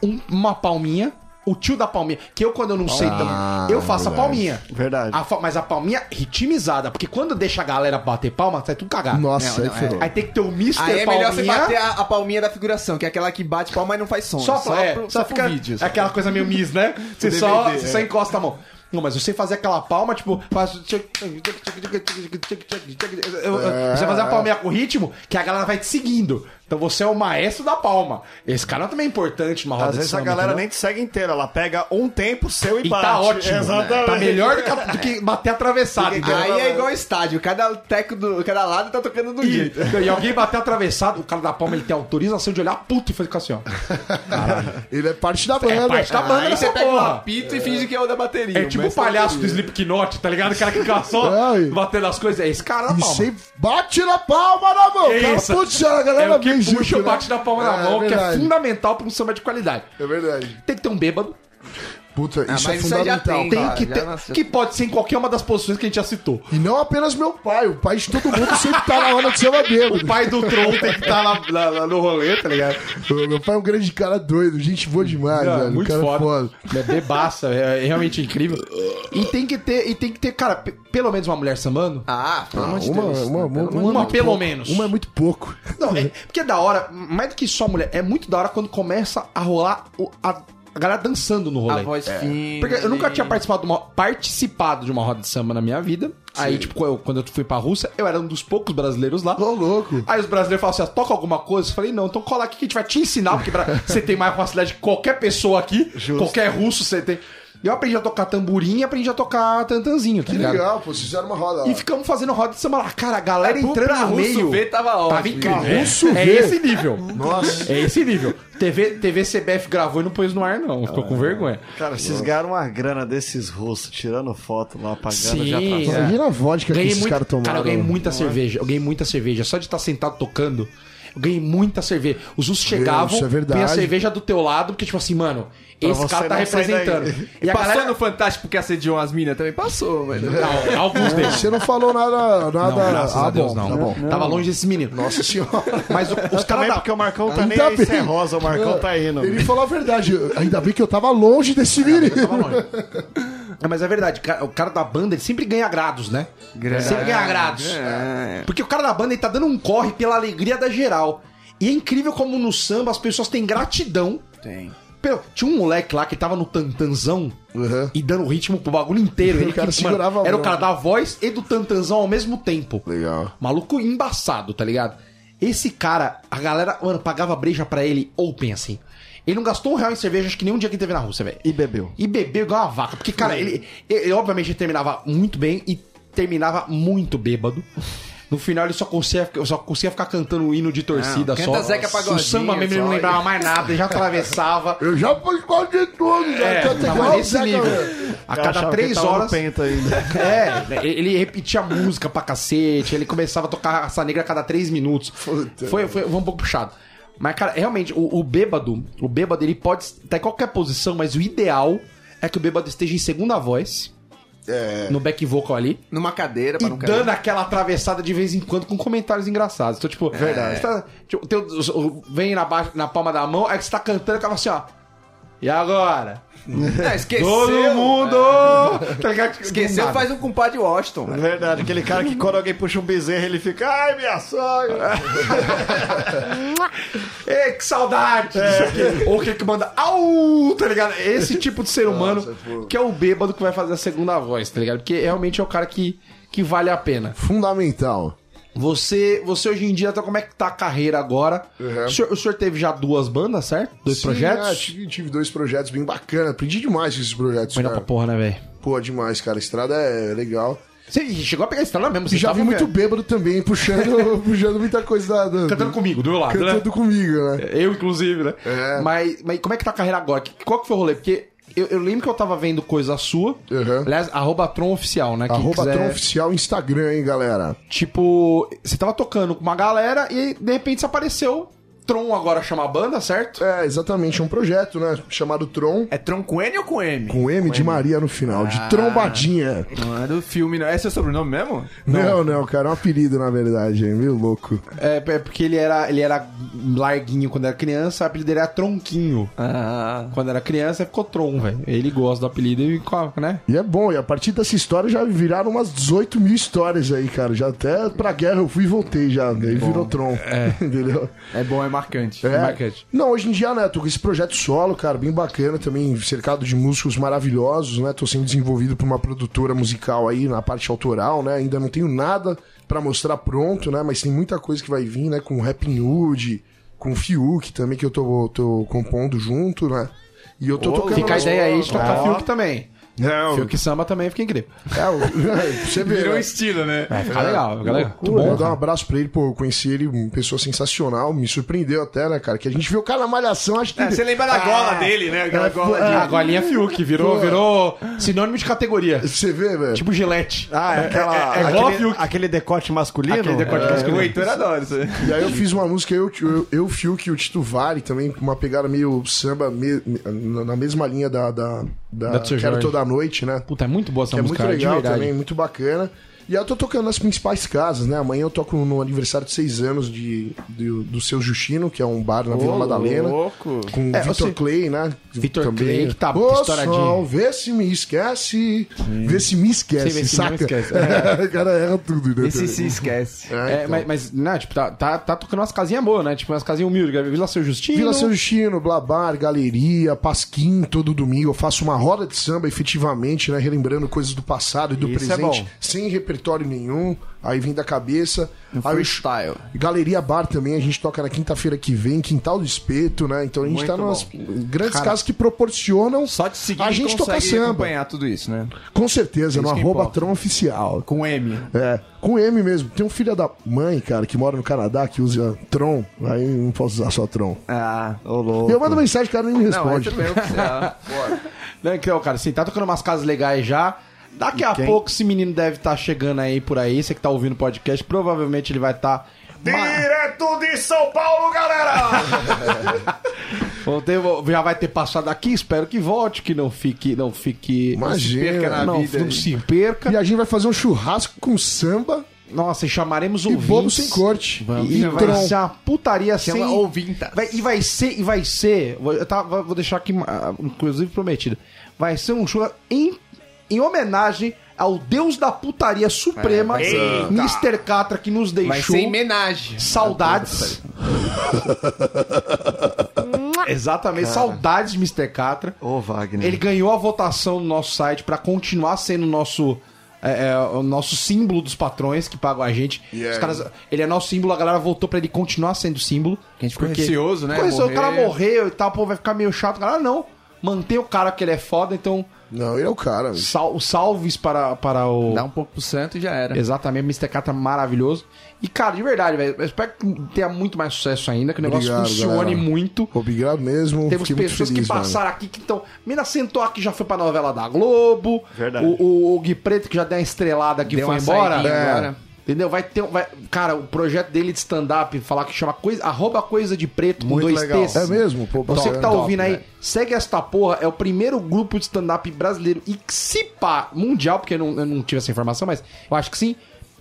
S1: um- uma palminha. O tio da palminha. Que eu, quando eu não sei também, eu faço
S6: verdade.
S1: a palminha.
S3: Verdade.
S1: A fa- mas a palminha ritmizada. Porque quando deixa a galera bater palma, sai tudo cagado. é.
S6: Nossa, aí ferrou.
S1: Aí tem que ter o Mr.
S5: Aí é melhor você
S1: Palminha.
S5: bater a, a palminha da figuração, que é aquela que bate palma e não faz som.
S1: Só, pra, é,
S5: pro-
S1: só,
S5: pro
S1: fica
S5: vídeo, só.
S1: aquela coisa meio miss, né? Você só, você só encosta a mão. Não, mas você fazer aquela palma, tipo, faz... Eu- eu- você fazer a palminha com ritmo, que a galera vai te seguindo. Então você é o maestro da palma. Esse cara também é importante numa roda
S3: Às
S1: de
S3: vezes a
S1: samba,
S3: galera
S1: entendeu?
S3: nem te segue inteira, ela pega um tempo seu e,
S1: E
S3: bate.
S1: tá ótimo.
S3: Exatamente.
S1: Tá melhor do que, a- do que bater atravessado. entendeu?
S5: Aí é igual estádio, cada teco do cada lado tá tocando do jeito.
S1: E, e alguém bater atravessado, o cara da palma ele tem autorização de olhar puto e fica assim, ó. tá
S6: Ele é parte da banda.
S1: parte da banda. é
S5: Aí
S1: nessa
S5: você pega o
S1: né, porra.
S5: apito e finge que é o da bateria.
S1: É tipo o
S5: mas tá
S1: palhaço do
S5: bateria.
S1: Slipknot, tá ligado? O cara que fica só
S6: Ai.
S1: batendo as coisas. É esse cara na
S6: E
S1: palma.
S6: sempre bate na palma na mão.
S1: É
S6: cara,
S1: isso.
S6: puxa, a
S1: É
S6: galera
S1: o que
S6: vem
S1: puxa
S6: junto,
S1: o bate
S6: né?
S1: na palma na
S6: É,
S1: mão,
S6: é
S1: que é
S6: verdade.
S1: fundamental pra um samba de qualidade.
S6: É verdade.
S1: Tem que ter um bêbado, Ah,
S6: Puta, isso é
S5: mas isso aí já
S6: fundamental.
S5: tem,
S1: tem
S5: Cara,
S1: que
S5: já
S1: ter.
S5: nasceu.
S1: Que pode ser em qualquer uma das posições que a gente já citou.
S6: E não apenas meu pai, o pai de todo mundo sempre tá na hora de ser uma bêbado.
S1: O pai do Tron tem que estar lá, lá- lá no rolê, tá ligado?
S6: Meu pai é um grande cara doido, gente boa demais,
S1: Não,
S6: velho.
S1: muito
S6: cara
S1: foda.
S6: foda.
S1: É bebaça, é, é realmente incrível. E tem que ter, e tem que ter, cara, pe- pelo menos uma mulher sambando.
S5: Ah, pelo amor de
S6: Uma,
S5: Deus.
S6: uma, uma,
S1: Uma,
S6: uma-
S1: pelo menos.
S6: uma é muito pouco.
S1: Não, é, porque é da hora, mais do que só mulher, é muito da hora quando começa a rolar o- a, a galera dançando no rolê.
S5: A voz fina.
S1: É.
S5: né?
S1: Porque eu nunca
S5: ali.
S1: tinha participado de uma, participado de uma roda de samba na minha vida. Aí, tipo, quando eu, quando eu fui pra Rússia, eu era um dos poucos brasileiros lá.
S6: Ô, louco.
S1: Aí os brasileiros falaram assim, ah, toca alguma coisa? Eu falei, não, então cola aqui que a gente vai te ensinar, porque bra- você tem mais facilidade que qualquer pessoa aqui, qualquer russo você tem. E eu aprendi a tocar tamborim e aprendi a tocar tantanzinho, tá
S6: Que
S1: ligado?
S6: legal, pô, vocês fizeram uma roda lá.
S1: E ficamos fazendo roda de samba lá. Cara, a galera
S5: É Pra
S1: entrando no
S5: russo
S1: meio.
S5: ver, tava ótimo.
S1: Tava incrível. É,
S6: russo
S1: é
S6: ver.
S1: esse nível.
S6: Nossa.
S1: É esse nível. TV, TV CBF gravou e não pôs no ar, não. Ficou com vergonha.
S3: Cara, vocês ganharam uma grana desses rostos, tirando foto lá, pagando
S1: Sim,
S3: já
S1: é.
S3: atrasado.
S6: Imagina a vodka que
S1: Ganhei
S6: esses
S1: muito,
S6: caras tomaram.
S1: Cara, eu ganhei muita cerveja. Eu ganhei muita cerveja. Só de estar sentado tocando, eu ganhei muita cerveja. Os russos chegavam,
S6: isso é verdade.
S1: põe a cerveja do teu lado, porque tipo assim, mano, esse
S3: você
S1: cara tá
S3: não sair
S1: representando.
S3: daí.
S1: E a
S5: Passou
S1: galera...
S5: no Fantástico que assediou as minas também? Passou, velho.
S1: Não, alguns deles.
S6: Você não falou nada. nada...
S1: Não, graças
S6: ah,
S1: a Deus,
S6: bom,
S1: não.
S6: Tá bom.
S1: Tava longe desse menino.
S6: Nossa senhora.
S1: Mas o- os caras
S3: Também
S1: da...
S3: porque o Marcão tá nem
S6: Ainda
S3: aí, se é
S6: bem.
S3: rosa, o Marcão tá indo.
S6: Ele falou a verdade. eu- Ainda bem que eu tava longe desse menino.
S1: É, mas é verdade, ca- o cara da banda, ele sempre ganha agrados, né? Sempre ganha agrados. Porque o cara da banda, ele tá dando um corre pela alegria da geral. E é incrível como no samba as pessoas têm gratidão.
S5: Tem.
S1: Pelo- tinha um moleque lá que tava no tantanzão
S6: Uhum.
S1: e dando ritmo pro bagulho inteiro. Ele
S6: O cara
S1: que, mano,
S6: segurava a
S1: Era o
S6: mão.
S1: cara da voz e do tantanzão ao mesmo tempo.
S6: Legal.
S1: Maluco embaçado, tá ligado? Esse cara, a galera, mano, pagava breja pra ele open, assim. Ele não gastou um real em cerveja, acho que nem um dia que ele teve na Rússia, velho.
S3: E bebeu.
S1: E bebeu igual uma vaca. Porque, cara, ele, ele obviamente terminava muito bem e terminava muito bêbado. No final ele só conseguia, só conseguia ficar cantando o hino de torcida
S5: canta
S1: só.
S5: Zeca
S1: o
S5: Pagodinho,
S1: samba mesmo ele não
S5: só.
S1: lembrava mais nada, ele já atravessava.
S6: Eu já fui quase de tudo. já
S1: É,
S6: cantei
S1: tava
S6: igual o
S1: nesse
S6: Zeca,
S1: nível.
S6: velho.
S1: A
S3: Eu
S1: cada
S3: achava que ele
S1: três
S3: tava no né?
S1: horas.
S3: Penta ainda.
S1: É, ele repetia música pra cacete, ele começava a tocar raça negra a cada três minutos. Foi, foi, foi um pouco puxado. Mas, cara, realmente, o, o bêbado, o bêbado, ele pode estar em qualquer posição, mas o ideal é que o bêbado esteja em segunda voz,
S6: É.
S1: no back vocal ali,
S5: Numa cadeira
S1: e
S5: pra não cair.
S1: dando aquela atravessada de vez em quando com comentários engraçados. Então, tipo, verdade. vem na, baixa- na palma da mão, aí você tá cantando e acaba assim, ó. E agora?
S5: Ah, esqueceu.
S1: Todo mundo! Tá ligado? Do
S5: Esqueceu,
S1: nada.
S5: faz um compadre Washington. velho.
S3: Verdade, aquele cara que quando alguém puxa um bezerro, ele fica, ai, minha sogra.
S1: Ei, que saudade! Ou aquele que manda au, tá ligado? Esse tipo de ser humano que é o bêbado que vai fazer a segunda voz, tá ligado? Porque realmente é o cara que, que vale a pena.
S6: Fundamental.
S1: Você, você hoje em dia, tá, como é que tá a carreira agora? O, senhor, o senhor teve já duas bandas, certo? Dois
S6: Sim, é,
S1: projetos?
S6: tive, tive dois projetos bem bacana. Aprendi demais com esses projetos,
S1: Melhor
S6: cara.
S1: pra porra, né, velho?
S6: Pô, demais, cara. Estrada é legal.
S1: Você chegou a pegar a estrada mesmo, você tá
S6: E já
S1: tava
S6: vi muito bêbado também, puxando, puxando muita coisa da. da-
S1: cantando comigo, do meu lado, né?
S6: cantando comigo, né?
S1: Eu, inclusive, né?
S6: É.
S1: Mas, mas como é que tá a carreira agora? Que- Qual que foi o rolê? Porque eu, eu lembro que eu tava vendo coisa sua.
S6: Uhum.
S1: Aliás, arroba Tron Oficial, né? Quem
S6: Arroba
S1: É. quiser-
S6: Tron Oficial Instagram, hein, galera.
S1: Tipo, você tava tocando com uma galera e de repente você apareceu Tron agora chama a banda, certo?
S6: É, exatamente, é um projeto, né? Chamado Tron,
S5: É Tron com N ou com M?
S6: com M Ah. de Maria no final, de trombadinha.
S5: Não é do filme, não. Esse é o sobrenome mesmo?
S6: Não, não, cara, é um apelido, na verdade, é meio louco.
S1: É, é porque ele era, ele era larguinho quando era criança, o apelido dele era Tronquinho.
S5: Ah.
S1: Quando era criança, ficou Tron, velho. Ele gosta do apelido e coloca, né?
S6: E é bom, e a partir dessa história já viraram umas 18 mil histórias aí, cara. Já até pra guerra eu fui e voltei já, daí virou Tron. Entendeu?
S5: É bom, é marcante.
S6: É.
S2: Marcante.
S6: Não, hoje em dia, né, tô com esse projeto solo, cara, bem bacana também, cercado de músicos maravilhosos, né? Tô sendo desenvolvido por uma produtora musical aí na parte autoral, né? Ainda não tenho nada pra mostrar pronto, né? Mas tem muita coisa que vai vir, né? Com Rap Nude, com Fiuk também, que eu tô, tô compondo junto, né? E eu tô tocando...
S1: Fica a
S6: nas-
S1: ideia aí de tocar
S6: Ó.
S1: Fiuk também.
S6: Não,
S1: Fiuk samba também fica incrível. Ah,
S6: é, o- você vê, né?
S5: estilo, né?
S1: Vai ficar legal, fica legal.
S6: Muito bom, dar um abraço pra ele, pô, eu conheci ele, uma pessoa sensacional, me surpreendeu até, né, cara? Que a gente viu o cara na malhação, acho que. É,
S5: É, você lembra da gola dele, né? Aquela gola de...
S1: Ah, golinha Fiuk, virou, virou sinônimo de categoria.
S6: é, Você vê, velho.
S1: Tipo gilete.
S3: Ah, é
S1: é-
S3: aquela.
S1: é igual a
S3: aquele,
S1: Fiuk.
S3: aquele decote masculino?
S1: Aquele decote
S3: É.
S1: masculino.
S5: O Heitor adora isso.
S6: E aí eu fiz uma música, eu, eu, eu Fiuk e o Tito Vale também, com uma pegada meio samba, me- me- na na mesma linha da, da, da,
S1: Da do seu
S6: Quero
S1: Jorge.
S6: Toda Noite, né?
S1: Puta, é muito boa essa
S6: Que é muito
S1: música, de
S6: legal
S1: verdade.
S6: também, muito bacana. E aí eu tô tocando nas principais casas, né? Amanhã eu toco no aniversário de seis anos de, do, do Seu Justino, que é um bar na Vila Madalena.
S5: louco.
S6: Com o
S1: É,
S6: Vitor
S1: você-
S6: Clay, né?
S1: Vitor
S6: Também.
S1: Clay, que tá
S6: Ô,
S1: estouradinho.
S6: Sol, vê se me esquece. Vê se me esquece,
S1: Sim, vê se não
S6: saca?
S1: esquece.
S6: o cara erra tudo, né?
S5: Esse se esquece.
S6: É,
S1: É,
S6: então.
S1: mas, mas, né, tipo, tá, tá, tá tocando umas casinhas boas, né? Tipo, umas casinhas humildes. Vila Seu Justino.
S6: Vila São Justino, Blabar, Galeria, Pasquim, todo domingo eu faço uma roda de samba efetivamente, né? Relembrando coisas do passado e do
S5: Isso é
S6: presente,
S5: bom.
S6: sem repertório nenhum, aí vem da cabeça. Aí eu-
S5: Freestyle.
S6: Galeria Bar também, a gente toca na quinta-feira que vem, Quintal do Espeto, né? Então a gente
S5: Muito
S6: tá numas
S5: bom.
S6: grandes casas que proporcionam,
S5: Só de seguir
S6: A gente toca
S5: consegue
S6: samba.
S5: acompanhar tudo isso, né?
S6: com certeza, no
S5: Isso que
S6: arroba
S5: importa.
S6: Tron Oficial.
S5: Com M.
S6: É, com M mesmo. Tem um filho da mãe, cara, que mora no Canadá, que usa Tron, aí eu não posso usar só Tron.
S5: Ah,
S3: Ô, louco.
S6: Eu mando mensagem, o cara nem me
S5: não, é
S6: responde.
S5: também oficial. Bora.
S1: Né, então, cara, assim, tá tocando umas casas legais já. Daqui a pouco esse menino deve estar chegando aí por aí. Você que tá ouvindo o podcast, provavelmente ele vai tá estar.
S6: Direto de São Paulo, galera!
S1: Já vai ter passado aqui, espero que volte, que não fique. Não fique.
S5: perca
S6: Imagina.
S5: na-
S1: não,
S5: vida
S1: não
S5: aí.
S1: se perca.
S6: E a gente vai fazer um churrasco com samba
S1: Nossa, e chamaremos
S6: e Então.
S1: ouvintes.
S6: bobo sem corte.
S1: E
S6: E
S1: vai
S6: tron.
S1: ser uma putaria sem.
S5: Chama ouvinta.
S1: Vai- e vai ser, e vai ser. vou- Eu tava, vou deixar aqui, ah, inclusive prometido. Vai ser um show em, em homenagem ao deus da putaria suprema,
S5: É, vai ser.
S1: Mr. Catra, que nos
S5: Vai
S1: deixou.
S5: ser em homenagem.
S1: Saudades. Exatamente, saudades de Mr. Catra.
S3: Ô, Wagner.
S1: Ele ganhou a votação no nosso site pra continuar sendo o nosso, é, é, o nosso símbolo dos patrões que pagam a gente.
S6: Yeah.
S1: Os caras- ele é nosso símbolo, a galera votou pra ele continuar sendo símbolo.
S5: Que a gente ficou receoso, né?
S1: Pois é, o
S5: Morrer.
S1: cara morreu e tal, pô, vai ficar meio chato. Galera, não. Mantém o cara que ele é foda, então
S6: Não, ele é o cara. velho.
S1: sal- salves para, para o.
S5: Dá um pouco pro santo e já era.
S1: Exatamente, Mr. Catra maravilhoso. E, cara, de verdade, velho, eu espero que tenha muito mais sucesso ainda, que o negócio
S6: Obrigado,
S1: funcione
S6: galera.
S1: muito.
S6: Obrigado mesmo.
S1: Temos
S6: um fiquei muito
S1: pessoas que
S6: feliz,
S1: passaram aqui que então. Mina sentou aqui já foi pra novela da Globo. Verdade. O, o, o Gui Preto, que já deu uma estrelada que
S5: Deu
S1: foi
S5: uma
S1: embora.
S5: saidinha
S1: É.
S5: agora.
S1: Entendeu? Vai ter. um- Vai, cara, o projeto dele de stand-up, falar que chama coisa, arroba coisa de preto com
S6: Muito
S1: dois
S6: legal.
S1: T's.
S6: É mesmo? Pô,
S1: Você
S6: top, né?
S1: que tá
S6: top,
S1: ouvindo aí,
S6: velho.
S1: segue esta porra. É o primeiro grupo de stand-up brasileiro e que se pá, mundial, porque eu não, eu não tive essa informação, mas eu acho que sim.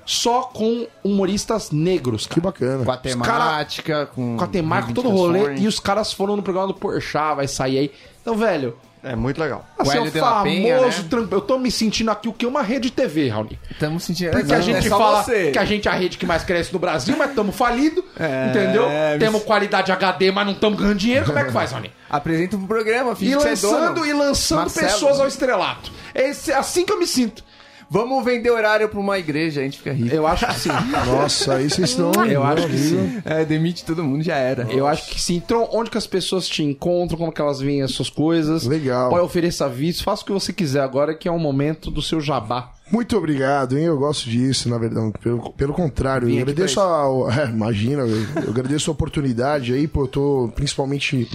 S1: Só com humoristas negros, cara.
S6: Que bacana.
S5: Com a temática, com...
S1: Com a
S5: Hum,
S1: temática, todo o rolê. E os caras foram no programa do Porchat, vai sair aí. Então, velho,
S3: É muito legal.
S1: assim, é
S5: Hélio
S1: um
S5: de la
S1: famoso...
S5: Penha, né?
S1: trampo. Eu tô me sentindo aqui o que? Uma rede de TV, Raoni.
S5: Estamos sentindo...
S1: Porque
S5: Não,
S1: a gente
S5: é só
S1: fala
S5: você.
S1: que a gente é a rede que mais cresce no Brasil, mas estamos falido, entendeu?
S5: é,
S1: Temos qualidade HD, mas não estamos ganhando dinheiro. Como é que faz, Raoni?
S5: Apresenta um programa,
S1: E
S5: filho.
S1: lançando, e lançando
S5: Marcelo.
S1: pessoas ao estrelato. É esse- assim que eu me sinto.
S5: Vamos vender horário pra uma igreja, a gente fica rico.
S1: Eu acho que sim.
S6: Nossa, aí vocês estão.
S1: Eu acho que sim.
S5: É, demite todo mundo, já era.
S1: Eu acho que sim. Então, onde que as pessoas te encontram, como é que elas veem as suas coisas.
S6: Legal.
S1: Pode oferecer aviso, faça o que você quiser agora, que é o momento do seu jabá.
S6: Muito obrigado, hein? Eu gosto disso, na verdade. Pelo, pelo contrário, eu agradeço a. é, imagina, velho. eu agradeço a oportunidade aí, pô, eu tô principalmente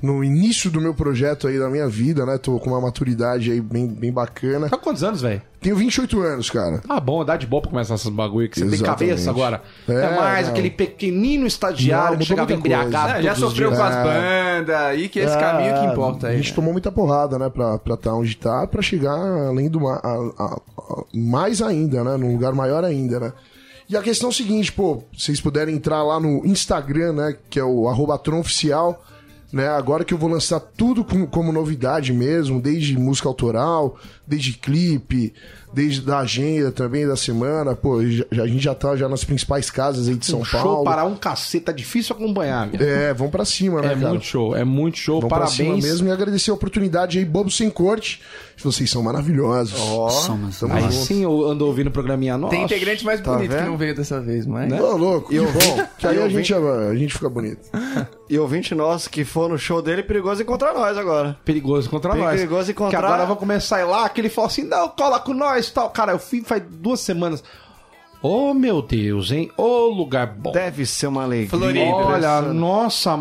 S6: no início do meu projeto aí da minha vida, né? Tô com uma maturidade aí bem, bem bacana.
S1: Tá com quantos anos, velho?
S6: Tenho 28 anos, cara.
S1: Tá bom, dá de boa pra começar essas bagulho que você tem
S6: Exatamente.
S1: cabeça agora.
S6: É,
S1: É, mais
S6: não.
S1: aquele pequenino estagiário que
S6: Não, mudou
S1: chegava
S6: muita coisa.
S1: embriagado.
S6: É,
S1: todos
S5: já
S1: os
S5: sofreu
S1: dias. Ah.
S5: com as bandas aí, que é esse caminho que importa
S6: Ah, A
S5: aí.
S6: gente tomou muita porrada, né, pra estar tá onde tá, pra chegar além do ma- a- a- a- mais ainda, né, num lugar maior ainda, né. E a questão é o seguinte, pô, vocês puderem entrar lá no Instagram, né, que é o arroba tronoficial, né, agora que eu vou lançar tudo com- como novidade mesmo, desde música autoral, desde clipe, desde da agenda também da semana, pô, já- já- a gente já tá já nas principais casas aí de São
S8: Um show
S6: Paulo.
S8: para um cacete, tá difícil acompanhar. cara.
S6: É, vamos pra cima, né,
S1: É
S6: cara?
S1: muito show, é muito show.
S6: Vamos pra cima
S1: Parabéns.
S6: mesmo e agradecer a oportunidade aí, Bobo Sem Corte. Vocês são maravilhosos.
S9: Somos
S6: tamo
S1: Aí
S6: junto.
S1: sim Assim, eu ando ouvindo programinha nosso.
S5: Tem é integrante mais bonito
S3: vendo?
S5: que não veio dessa vez, mas.
S6: Ô, louco, que bom. Que aí
S3: eu
S6: a
S3: vi-
S6: gente, é- a gente fica bonito.
S3: E ouvinte nosso que for no show dele, é perigoso encontrar nós agora.
S1: Perigoso contra nós.
S3: Perigoso encontrar-
S1: Que agora vão começar a ir lá, que ele fala assim, não, cola com nós tal. Cara, eu fui faz duas semanas. Ô, meu Deus, hein? Ô, lugar bom.
S3: Deve ser uma alegria.
S5: Floripa.
S1: Olha,
S3: Impressionante.
S1: nossa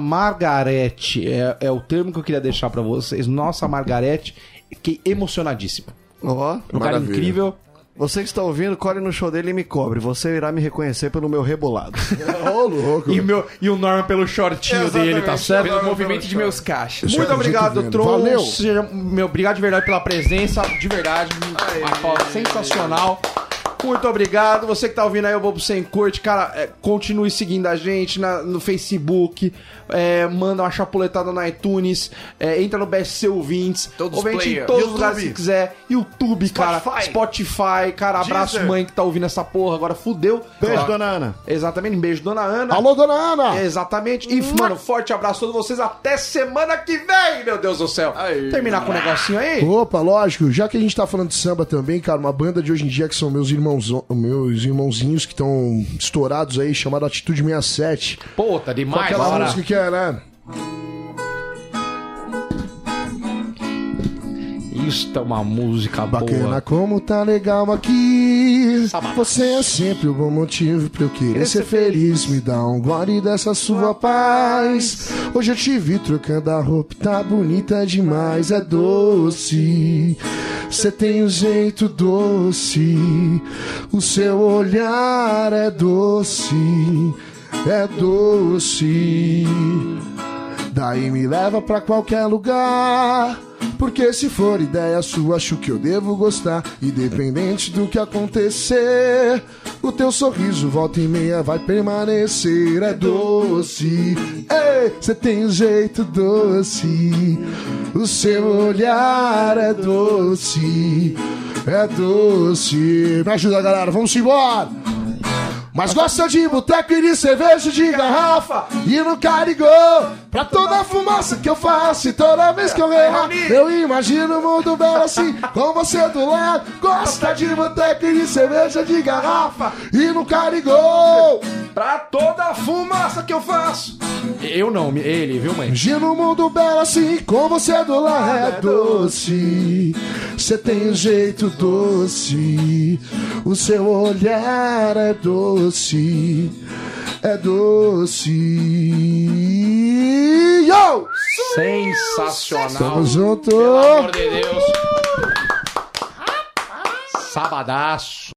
S1: Margarete, é, é o termo que eu queria deixar pra vocês. Nossa Margarete, fiquei emocionadíssimo.
S3: Ó,
S1: Lugar
S6: Maravilha.
S1: incrível.
S3: você que está ouvindo, colhe no show dele e me cobre. Você irá me reconhecer pelo meu rebolado.
S6: Ô, louco.
S1: E, o meu, e o Norman pelo shortinho dele, tá certo?
S5: Pelo movimento de meus caixas.
S6: Isso é
S1: Muito
S6: dito
S1: obrigado,
S6: vendo.
S1: Tron.
S6: Valeu.
S1: Seja- Meu, obrigado de verdade pela presença, de verdade. Uma pauta sensacional. Muito obrigado. Você que tá ouvindo aí o Bobo Sem Corte, cara, é, continue seguindo a gente na- no Facebook, é, manda uma chapuletada no iTunes, é, entra no BSC Ouvintes,
S5: Todos os
S1: ouve a gente em
S5: player.
S1: todos os
S5: YouTube.
S1: lugares que quiser, YouTube, cara, Spotify, cara, abraço
S3: Deezer.
S1: mãe que tá ouvindo essa porra, agora fudeu.
S3: Beijo,
S1: Ó,
S3: dona Ana.
S1: Exatamente, um beijo, dona Ana.
S6: Alô, dona Ana!
S1: É, Exatamente. E, mano, forte abraço a todos vocês. Até semana que vem, meu Deus do céu. Terminar com um negocinho aí?
S6: Opa, lógico, já que a gente tá falando de samba também, cara, uma banda de hoje em dia que são meus irmãos, meus irmãozinhos que estão estourados aí, chamada Atitude 67.
S1: Pô, tá
S6: Com
S1: demais.
S6: aquela
S1: Bora.
S6: música que é, né?
S1: Isso é uma música
S6: Bacana
S1: boa.
S6: como tá legal aqui. Você é sempre o bom motivo pra eu querer ser feliz. Me dá um gole dessa sua paz. Hoje eu te vi trocando a roupa, tá bonita demais, é doce. Você tem um jeito doce, o seu olhar é doce, é doce. Daí me leva pra qualquer lugar. Porque se for ideia sua, acho que eu devo gostar. Independente do que acontecer, o teu sorriso volta e meia vai permanecer. É doce, ei, você tem um jeito doce. O seu olhar é doce, é doce. Me ajuda, galera, vamos embora! Mas gosta de boteco e de cerveja de garrafa E nunca ligou pra toda a fumaça que eu faço E toda vez que eu errar Eu imagino o mundo belo assim Com você do lado Gosta de boteco e de cerveja de garrafa E nunca ligou
S1: Pra toda a fumaça que eu faço. Eu não, ele, viu, mãe?
S6: Imagina o mundo belo assim Com você do lado É doce Você tem um jeito doce O seu olhar é doce é doce. Yo!
S1: Sensacional.
S6: Tamo junto!
S1: Pelo amor de Deus. Sabadaço.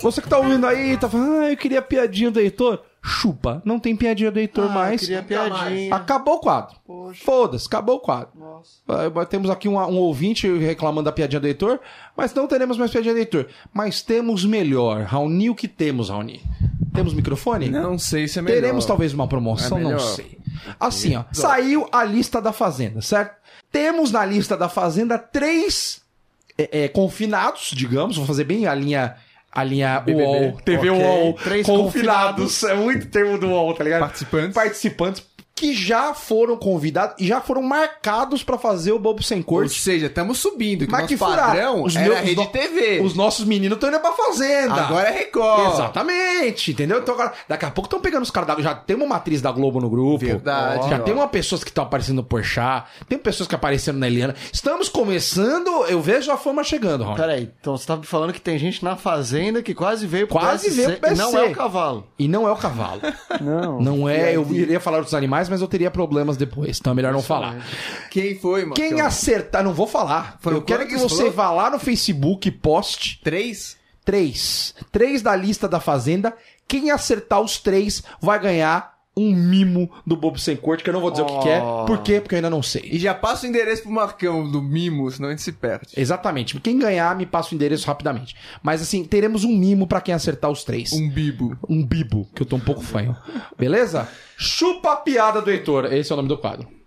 S1: Você que tá ouvindo aí, tá falando, ah, eu queria piadinha do Heitor. Chupa, não tem piadinha do Heitor mais.
S3: Ah, Queria piadinha.
S1: Acabou o quadro. Foda-se, acabou o quadro. Ah, Temos aqui um, um ouvinte reclamando da piadinha do Heitor, mas não teremos mais piadinha do Heitor. Mas temos melhor. Raoni, o que temos, Raoni? Temos microfone?
S5: Não sei se é melhor.
S1: Teremos talvez uma promoção,
S5: É
S1: não
S5: melhor.
S1: sei. Assim, ó, saiu a lista da Fazenda, certo? Temos na lista da Fazenda três é, é, confinados, digamos, vou fazer bem a linha. A linha
S5: BBB.
S1: UOL, TV
S5: Ok.
S1: UOL,
S5: Três
S1: confinados. É muito termo do UOL, tá ligado?
S5: Participantes.
S1: Participantes que já foram convidados e já foram marcados pra fazer o Bobo Sem
S5: Ou
S1: Corte.
S5: seja, estamos subindo. Que
S1: Mas
S5: nosso
S1: que furada.
S5: padrão
S1: Os
S5: era
S1: meus-
S5: Rede
S1: os no-
S5: TV.
S1: Os nossos meninos estão indo pra Fazenda.
S5: Agora é Record.
S1: Exatamente, entendeu? Então agora, daqui a pouco estão pegando os caras da Já tem uma matriz da Globo no grupo.
S5: Verdade.
S1: Já
S5: Ó.
S1: tem uma pessoas que estão aparecendo no Porchat. Tem pessoas que apareceram na Eliana. Estamos começando, eu vejo a fama chegando, Rony.
S3: Peraí, então você tá me falando que tem gente na fazenda que quase veio pro
S1: Quase
S3: PSC,
S1: veio pro
S3: e Não é
S1: PSC.
S3: o cavalo.
S1: E não é o cavalo.
S3: Não.
S1: Não é, eu iria falar dos animais, mas eu teria problemas depois, então é melhor não falar.
S5: Quem foi, mano?
S1: Quem acertar, não vou falar.
S5: Foram
S1: eu quero que
S5: um- quantos,
S1: você
S5: falou?
S1: vá lá no Facebook e poste
S5: Três?
S1: três. Três da lista da Fazenda. Quem acertar os três vai ganhar um mimo do Bobo Sem Corte, que eu não vou dizer o que que é. Por quê? Porque eu ainda não sei.
S5: E já passa o endereço pro Marcão do Mimo, senão a gente se perde.
S1: Exatamente. Quem ganhar, me passa o endereço rapidamente. Mas assim, teremos um mimo pra quem acertar os três. Um,
S5: Um bibo.
S1: bibo, que eu tô um pouco fanho. Beleza? Chupa a piada do Heitor. Esse é o nome do quadro.